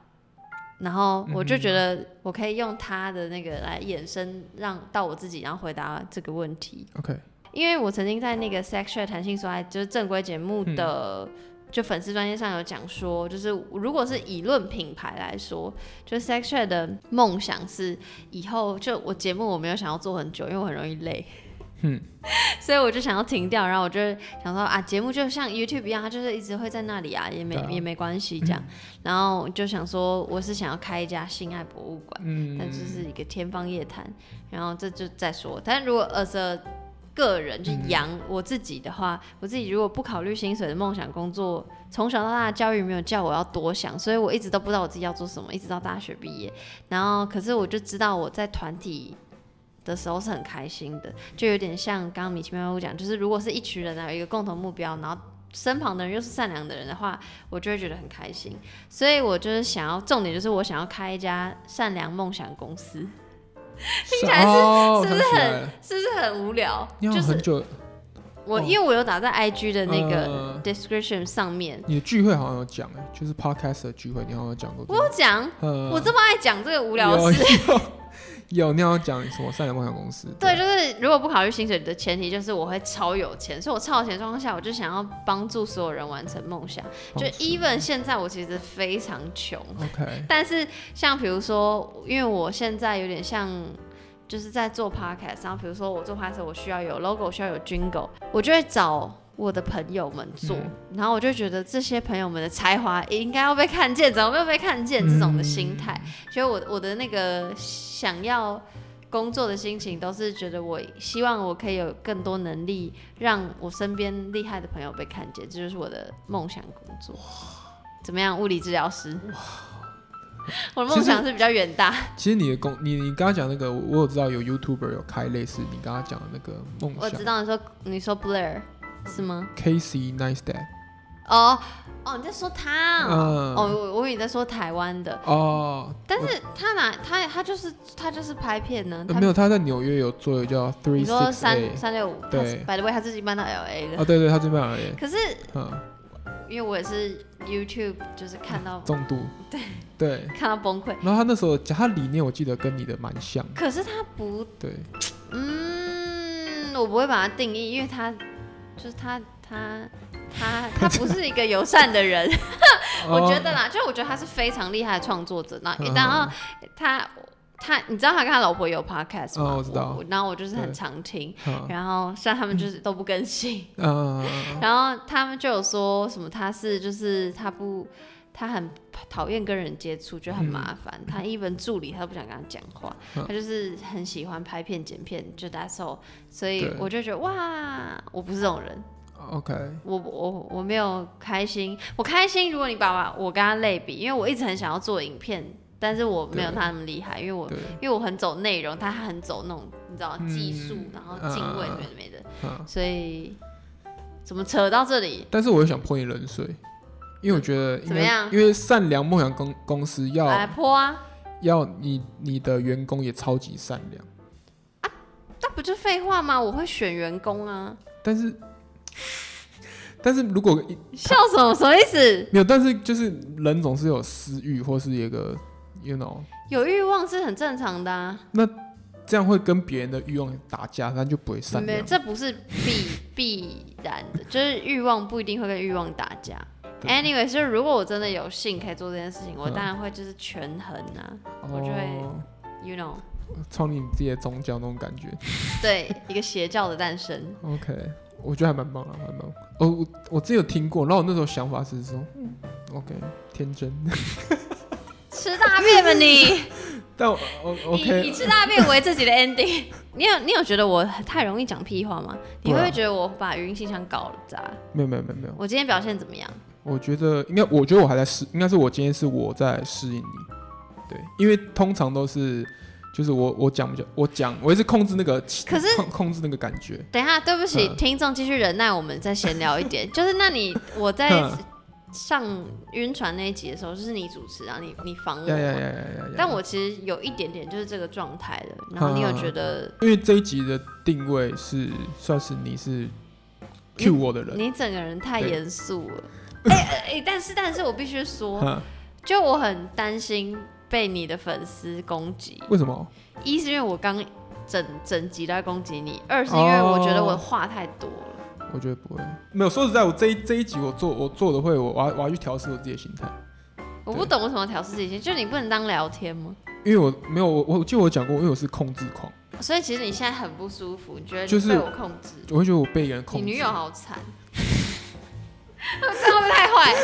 [SPEAKER 1] 然后
[SPEAKER 2] 嗯
[SPEAKER 1] 我就觉得我可以用他的那个来衍生，让到我自己，然后回答这个问题。
[SPEAKER 2] ，OK，
[SPEAKER 1] 因为我曾经在那个 Sexual 弹性说爱，就是正规节目的、
[SPEAKER 2] 嗯
[SPEAKER 1] 就粉丝专业上有讲说，就是如果是以论品牌来说，就 Sexual 的梦想是以后就我节目我没有想要做很久，因为我很容易累。
[SPEAKER 2] 嗯，
[SPEAKER 1] *laughs* 所以我就想要停掉，然后我就想说啊，节目就像 YouTube 一样，它就是一直会在那里啊，也没、
[SPEAKER 2] 对啊
[SPEAKER 1] 也没关系这样。然后我就想说，我是想要开一家性爱博物馆。
[SPEAKER 2] 嗯
[SPEAKER 1] 但就是一个天方夜谭。然后这就再说，但如果 as a 个人就是
[SPEAKER 2] 嗯
[SPEAKER 1] 养我自己的话，我自己如果不考虑薪水的梦想工作，从小到大的教育没有叫我要多想，所以我一直都不知道我自己要做什么，一直到大学毕业。然后，可是我就知道我在团体的时候是很开心的，就有点像刚刚米奇妙屋讲，就是如果是一群人啊，有一个共同目标，然后身旁的人又是善良的人的话，我就会觉得很开心。所以我就是想要，重点就是我想要开一家善良梦想公司，
[SPEAKER 2] 听
[SPEAKER 1] 起来是是不
[SPEAKER 2] 是
[SPEAKER 1] 是很是不是很无聊？
[SPEAKER 2] 你要
[SPEAKER 1] 就
[SPEAKER 2] 很
[SPEAKER 1] 是
[SPEAKER 2] 久，
[SPEAKER 1] 我，
[SPEAKER 2] 哦
[SPEAKER 1] 因为我有打在 IG 的那个
[SPEAKER 2] 嗯
[SPEAKER 1] description 上面，
[SPEAKER 2] 你的聚会好像有讲哎，就是 podcast 的聚会，你好像有讲过这
[SPEAKER 1] 我
[SPEAKER 2] 个。
[SPEAKER 1] 有讲，
[SPEAKER 2] 呃
[SPEAKER 1] 我这么爱讲这个无聊
[SPEAKER 2] 有
[SPEAKER 1] 的事。
[SPEAKER 2] 有有，你要讲什么善良梦想公司？
[SPEAKER 1] 对，就是如果不考虑薪水的前提，就是我会超有钱，所以我超有钱的状况下，我就想要帮助所有人完成梦想。就 even 现在我其实非常穷，
[SPEAKER 2] OK，
[SPEAKER 1] 但是像比如说，因为我现在有点像。就是在做 podcast，然后比如说我做 podcast，我需要有 logo，需要有 jingle，我就会找我的朋友们做，然后我就觉得这些朋友们的才华应该要被看见，怎么没有被看见？这种的心态，所以我我的那个想要工作的心情，都是觉得我希望我可以有更多能力，让我身边厉害的朋友被看见，这就是我的梦想工作。怎么样，物理治疗师？我的梦想是比较远大，
[SPEAKER 2] 其实你的工，你你刚刚讲那个，我我有知道有 YouTuber 有开类似你刚刚讲的那个梦
[SPEAKER 1] 我
[SPEAKER 2] 想
[SPEAKER 1] 知道你说你说 Blair 是吗？
[SPEAKER 2] ，Casey Neistat，
[SPEAKER 1] 哦哦，你在说他哦，
[SPEAKER 2] 嗯
[SPEAKER 1] 哦我我以为你在说台湾的，
[SPEAKER 2] 哦，
[SPEAKER 1] 但是他哪他他就是他就是拍片呢，
[SPEAKER 2] 呃
[SPEAKER 1] 他
[SPEAKER 2] 没有，他在纽约有做一个叫 Three
[SPEAKER 1] 你说
[SPEAKER 2] Six
[SPEAKER 1] 三
[SPEAKER 2] A，
[SPEAKER 1] 三六五，他
[SPEAKER 2] 对
[SPEAKER 1] 是 by the way 他自己搬到 L A
[SPEAKER 2] 哦，
[SPEAKER 1] 了，
[SPEAKER 2] 对对，他这边而已，
[SPEAKER 1] 可是
[SPEAKER 2] 嗯，
[SPEAKER 1] 因为我也是 YouTube 就是看到
[SPEAKER 2] 重度，对对。
[SPEAKER 1] 看到崩溃，
[SPEAKER 2] 然后他那时候讲，他理念我记得跟你的蛮像，
[SPEAKER 1] 可是他不
[SPEAKER 2] 对，
[SPEAKER 1] 嗯，我不会把它定义，因为他就是他他他他不是一个友善的
[SPEAKER 2] *laughs*
[SPEAKER 1] 人。我觉得
[SPEAKER 2] 哦
[SPEAKER 1] 啦，就我觉得他是非常厉害的创作者，那
[SPEAKER 2] 嗯
[SPEAKER 1] 然后他他，你知道他跟他老婆有 podcast 吗？
[SPEAKER 2] 嗯我知道
[SPEAKER 1] 然后我就是很
[SPEAKER 2] 对
[SPEAKER 1] 常听，
[SPEAKER 2] 嗯
[SPEAKER 1] 然后虽然他们就是都不更新，
[SPEAKER 2] 嗯，嗯
[SPEAKER 1] 然后他们就有说什么他是就是他不。他很讨厌跟人接触，觉得很麻烦。他一本助理他都不想跟他讲话，
[SPEAKER 2] 嗯
[SPEAKER 1] 他就是很喜欢拍片剪片，就 that's all。所以
[SPEAKER 2] 对
[SPEAKER 1] 我就觉得哇，我不是这种人，
[SPEAKER 2] 嗯 OK，
[SPEAKER 1] *laughs* 我我我没有开心，我开心。如果你把我跟他类比，因为我一直很想要做影片，但是我没有
[SPEAKER 2] 对
[SPEAKER 1] 他那么厉害，因为我
[SPEAKER 2] 对，
[SPEAKER 1] 因为我很走内容，他很走那种你知道
[SPEAKER 2] 嗯
[SPEAKER 1] 技术，然后敬畏
[SPEAKER 2] 嗯嗯嗯
[SPEAKER 1] 美的美的，
[SPEAKER 2] 嗯，
[SPEAKER 1] 所以怎么扯到这里？
[SPEAKER 2] 但是我又想泼你冷水，因为我觉得应
[SPEAKER 1] 怎么
[SPEAKER 2] 该，
[SPEAKER 1] 样
[SPEAKER 2] 因为善良梦想公公司要
[SPEAKER 1] 来泼啊！
[SPEAKER 2] 要你你的员工也超级善良，
[SPEAKER 1] 那不就废话吗？我会选员工啊！
[SPEAKER 2] 但是 *laughs* 但是如果
[SPEAKER 1] *laughs*
[SPEAKER 2] 一
[SPEAKER 1] 笑什么？什么意思？
[SPEAKER 2] 没有，但是就是人总是有私欲，或是一个 you know，
[SPEAKER 1] 有欲望是很正常的啊，
[SPEAKER 2] 这样会跟别人的欲望打架，那就不会善
[SPEAKER 1] 没有
[SPEAKER 2] 良。
[SPEAKER 1] 这不是必 *laughs* 必然的，就是欲望不一定会跟欲望打架。
[SPEAKER 2] 对
[SPEAKER 1] Anyway，就是如果我真的有幸可以做这件事情，我
[SPEAKER 2] 嗯
[SPEAKER 1] 当然会就是权衡啊、我就会
[SPEAKER 2] 哦，
[SPEAKER 1] y o u know，
[SPEAKER 2] 创立你自己的宗教那种感觉。哦
[SPEAKER 1] 对一个邪教的诞生。
[SPEAKER 2] OK，我觉得还蛮棒的，还蛮棒。哦，我我之前有听过，然后我那时候想法是说，嗯，OK，
[SPEAKER 1] *laughs*
[SPEAKER 2] 天真。
[SPEAKER 1] 吃大便吧 *laughs* 你！
[SPEAKER 2] 但我我
[SPEAKER 1] 以以
[SPEAKER 2] OK，
[SPEAKER 1] 吃大便为自己的 ending。你 *laughs* 有你有觉得我太容易讲屁话吗？你会不
[SPEAKER 2] 不
[SPEAKER 1] 会
[SPEAKER 2] 会啊
[SPEAKER 1] 觉得我把语音信箱搞砸？
[SPEAKER 2] 没有没有没有没有，
[SPEAKER 1] 我今天表现怎么样？
[SPEAKER 2] 我觉得应该，我觉得我还在适，应该是我今天是我在适应你，对，因为通常都是。就是我我讲不讲，我讲我一直控制那个气，
[SPEAKER 1] 可是
[SPEAKER 2] 控控制那个感觉，
[SPEAKER 1] 等一下，对不起，
[SPEAKER 2] 嗯
[SPEAKER 1] 听众继续忍耐，我们再闲聊一点。就是那
[SPEAKER 2] *laughs*
[SPEAKER 1] 你我在
[SPEAKER 2] 嗯
[SPEAKER 1] 上晕船那一集的时候，就是你主持，然啊后你你防我
[SPEAKER 2] 呀呀
[SPEAKER 1] 嘛
[SPEAKER 2] 呀呀呀呀！
[SPEAKER 1] 嗯但我其实有一点点就是这个状态的，然后你
[SPEAKER 2] 嗯
[SPEAKER 1] 有觉得
[SPEAKER 2] 因为这一集的定位是算是你是 Q 我的人，
[SPEAKER 1] 你整个人太
[SPEAKER 2] 对
[SPEAKER 1] 严肃
[SPEAKER 2] *laughs*
[SPEAKER 1] 了？哎哎、哎但是但是我必须说，
[SPEAKER 2] 哈
[SPEAKER 1] 就我很担心被你的粉丝攻击，
[SPEAKER 2] 为什么？
[SPEAKER 1] 一是因为我刚整整集都在攻击你，二是因为我觉
[SPEAKER 2] 哦
[SPEAKER 1] 得我话太多了。
[SPEAKER 2] 我觉得不会，没有。说实在，我这一这一集我做我做的会，我我要我要去调试我自己的心态，
[SPEAKER 1] 我不懂为什么调试自己心，就你不能当聊天吗？
[SPEAKER 2] 因为我没有我我记得我讲过，因为我是控制狂，
[SPEAKER 1] 所以其实你现在很不舒服，你觉得
[SPEAKER 2] 就
[SPEAKER 1] 你
[SPEAKER 2] 是
[SPEAKER 1] 被我控制，
[SPEAKER 2] *laughs*
[SPEAKER 1] *laughs*
[SPEAKER 2] 我会觉得我被一个人控
[SPEAKER 1] 你
[SPEAKER 2] 制。
[SPEAKER 1] 女友好惨，这会不会太坏？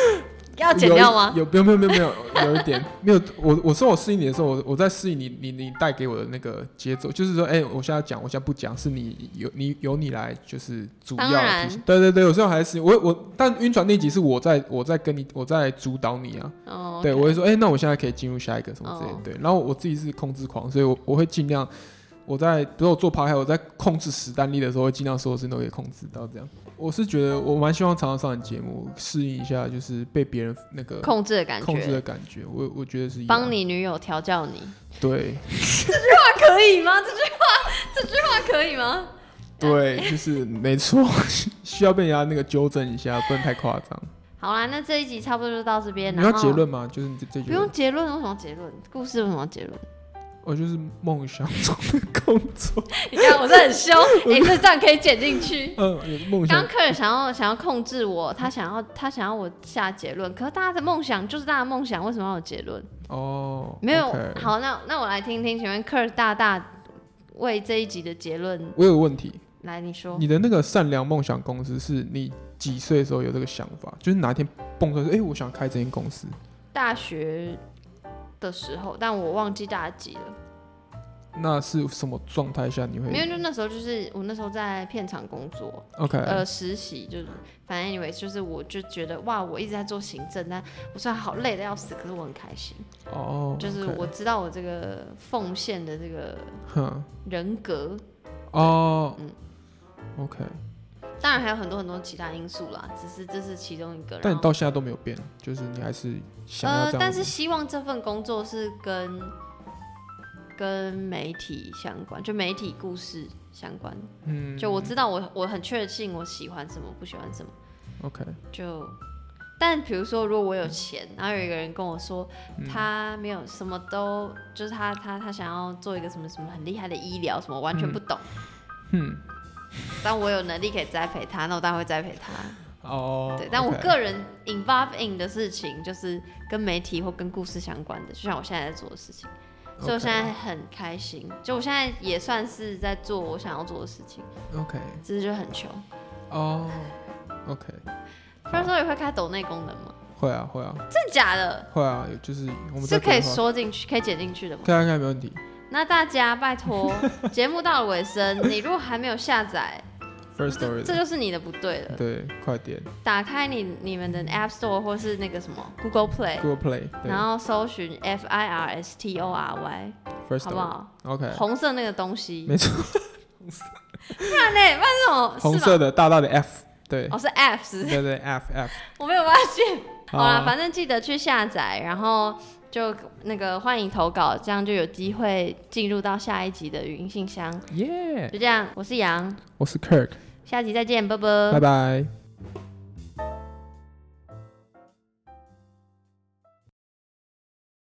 [SPEAKER 1] 要剪掉吗？
[SPEAKER 2] 有有没有没有没有有一点没有。我我说我适应你的时候，我我在适应你你你带给我的那个节奏，就是说，哎、我现在讲，我现在不讲，是你由你由你来，就是主要
[SPEAKER 1] 当然
[SPEAKER 2] 的提醒。对对对，有时候还是我我，但晕船那集是我在我在跟你我在主导你啊。
[SPEAKER 1] 哦，
[SPEAKER 2] 对，
[SPEAKER 1] OK
[SPEAKER 2] 我会说，哎、那我现在可以进入下一个什么之类的。
[SPEAKER 1] 哦
[SPEAKER 2] 对，然后我自己是控制狂，所以我我会尽量。我在比如我做趴开，我在控制实单力的时候，会尽量所有事情都可以控制到这样。我是觉得我蛮希望常常上你节目，适应一下，就是被别人那个
[SPEAKER 1] 控制的感
[SPEAKER 2] 控制
[SPEAKER 1] 觉，
[SPEAKER 2] 的感觉，我我觉得是一样
[SPEAKER 1] 帮你女友调教
[SPEAKER 2] *laughs*
[SPEAKER 1] 你，
[SPEAKER 2] 对
[SPEAKER 1] 可以吗？这句话，这句话可以吗？
[SPEAKER 2] 对，就是没错， *laughs* 需要被人家那个纠正一下，不能太夸张。
[SPEAKER 1] 好啦，那这一集差不多就到这边。
[SPEAKER 2] 你
[SPEAKER 1] 然
[SPEAKER 2] 要
[SPEAKER 1] 后
[SPEAKER 2] 结论吗？就是你这这句
[SPEAKER 1] 不用结论，为什么要结论？故事为什么要结论？
[SPEAKER 2] 我就是梦想中的工作， *laughs*
[SPEAKER 1] 你看我是很凶，哎、这段可以剪进去。
[SPEAKER 2] 嗯，有梦
[SPEAKER 1] 刚
[SPEAKER 2] 想
[SPEAKER 1] 刚客人想要想要控制我，他想要他想要我下结论，可是大家的梦想就是大家的梦想，为什么要有结论？
[SPEAKER 2] 哦，
[SPEAKER 1] 没有
[SPEAKER 2] OK
[SPEAKER 1] 好，那那我来听听，请问客人大大为这一集的结论
[SPEAKER 2] 我有个问题，
[SPEAKER 1] 来，你说
[SPEAKER 2] 你的那个善良梦想公司是你几岁的时候有这个想法？就是哪一天蹦出来说，哎、我想开这间公司，
[SPEAKER 1] 大学的时候，但我忘记大几了。
[SPEAKER 2] 那是什么状态下你
[SPEAKER 1] 因为
[SPEAKER 2] 会
[SPEAKER 1] 就那时候就是我那时候在片场工作，
[SPEAKER 2] OK？、
[SPEAKER 1] 呃，实习就是反正 anyway 就是我就觉得哇，我一直在做行政，但我虽然好累的要死，可是我很开心，
[SPEAKER 2] 哦，
[SPEAKER 1] 就是我知道我这个奉献的这个
[SPEAKER 2] 哼
[SPEAKER 1] 人格，
[SPEAKER 2] 哦、
[SPEAKER 1] 嗯
[SPEAKER 2] o k
[SPEAKER 1] 当然还有很多很多其他因素啦，只是这是其中一个。
[SPEAKER 2] 但
[SPEAKER 1] 然
[SPEAKER 2] 你
[SPEAKER 1] 后
[SPEAKER 2] 到现在都没有变，就是你还是想要
[SPEAKER 1] 呃，
[SPEAKER 2] 这样子、
[SPEAKER 1] 但是希望这份工作是跟跟媒体相关，就媒体故事相关。
[SPEAKER 2] 嗯，
[SPEAKER 1] 就我知道我我很确信我喜欢什么，不喜欢什么。
[SPEAKER 2] OK，
[SPEAKER 1] 就，但比如说，如果我有钱，然后有一个人跟我说
[SPEAKER 2] 嗯
[SPEAKER 1] 他没有什么都，就是他他他想要做一个什么什么很厉害的医疗什么，完全不懂，
[SPEAKER 2] 嗯，
[SPEAKER 1] 但我有能力可以栽培他，那我当然会栽培他。
[SPEAKER 2] 哦，
[SPEAKER 1] 对，但我
[SPEAKER 2] OK
[SPEAKER 1] 个人 involve in 的事情就是跟媒体或跟故事相关的，就像我现在在做的事情，所以我
[SPEAKER 2] OK
[SPEAKER 1] 现在很开心，就我现在也算是在做我想要做的事情， *laughs*
[SPEAKER 2] OK，
[SPEAKER 1] 只是就很穷。
[SPEAKER 2] 哦、o k
[SPEAKER 1] 不然说也会开抖内功能吗？
[SPEAKER 2] 会啊，会啊，
[SPEAKER 1] 真的假的？
[SPEAKER 2] 会啊，有就是我们
[SPEAKER 1] 是
[SPEAKER 2] 再
[SPEAKER 1] 可以
[SPEAKER 2] 规划，
[SPEAKER 1] 说进去，可以剪进去的吗？
[SPEAKER 2] 可以啊，可以啊，没问题。
[SPEAKER 1] 那大家拜
[SPEAKER 2] *laughs*
[SPEAKER 1] 托，节目到了尾声，你如果还没有下载，
[SPEAKER 2] First story，
[SPEAKER 1] 这就是你的不对了。
[SPEAKER 2] 对，快点
[SPEAKER 1] 打开你你们的 App Store 或是那个什么 Google Play，
[SPEAKER 2] ，Google Play，对
[SPEAKER 1] 然后搜寻 F I R S T O R Y，
[SPEAKER 2] ，First
[SPEAKER 1] 好不
[SPEAKER 2] story，OK，、
[SPEAKER 1] 好？
[SPEAKER 2] OK，
[SPEAKER 1] 红色那个东西，
[SPEAKER 2] 哎没错，
[SPEAKER 1] 不然嘞，那种
[SPEAKER 2] 红
[SPEAKER 1] 哦是
[SPEAKER 2] 色
[SPEAKER 1] 吗？
[SPEAKER 2] 的大大的 F，对，
[SPEAKER 1] 哦，是 App 是不是
[SPEAKER 2] 对对 F F，
[SPEAKER 1] *laughs* 我没有发现。好啦，
[SPEAKER 2] 啊
[SPEAKER 1] 反正记得去下载，然后就那个欢迎投稿，这样就有机会进入到下一集的语音信箱。
[SPEAKER 2] 耶
[SPEAKER 1] 就这样，我是杨，
[SPEAKER 2] 我是 Kirk，
[SPEAKER 1] 下集再见，啵
[SPEAKER 2] 拜拜。